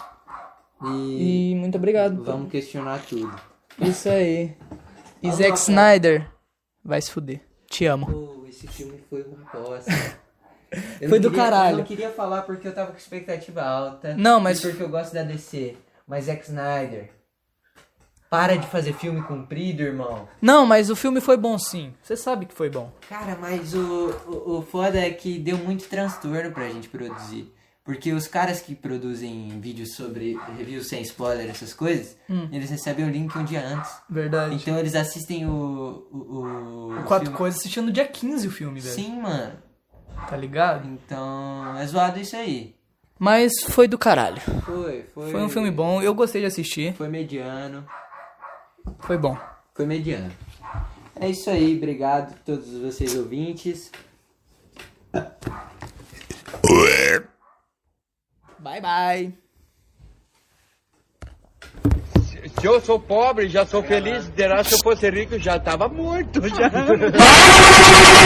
Speaker 3: E,
Speaker 8: E muito obrigado.
Speaker 3: vamos questionar tudo.
Speaker 8: Isso aí. E Zack Snyder vai se fuder. Te amo.
Speaker 3: Pô, esse filme foi uma bosta. Eu não
Speaker 8: Foi do
Speaker 3: queria-
Speaker 8: caralho.
Speaker 3: Eu não queria falar porque eu tava com expectativa alta.
Speaker 8: Não, mas-
Speaker 3: e porque eu gosto da DC. Mas Zack Snyder. Para de fazer filme comprido, irmão.
Speaker 8: Não, mas o filme foi bom sim. Você sabe que foi bom.
Speaker 3: Cara, mas o, o, o foda é que deu muito transtorno pra gente produzir. Porque os caras que produzem vídeos sobre reviews sem spoiler, essas coisas,
Speaker 8: Hum.
Speaker 3: eles recebem o link um dia antes.
Speaker 8: Verdade.
Speaker 3: Então eles assistem o. o, o, o
Speaker 8: Quatro
Speaker 3: filme.
Speaker 8: coisas assistindo no dia 15 o filme, velho.
Speaker 3: Sim, mano.
Speaker 8: Tá ligado?
Speaker 3: Então é zoado isso aí.
Speaker 8: Mas foi do caralho.
Speaker 3: Foi, foi.
Speaker 8: Foi um filme bom, eu gostei de assistir.
Speaker 3: Foi mediano.
Speaker 8: Foi bom.
Speaker 3: Foi mediano. É isso aí, obrigado a todos vocês ouvintes.
Speaker 8: Bye bye.
Speaker 11: Se eu sou pobre, já sou feliz. Terá se eu fosse rico, já estava morto. Já.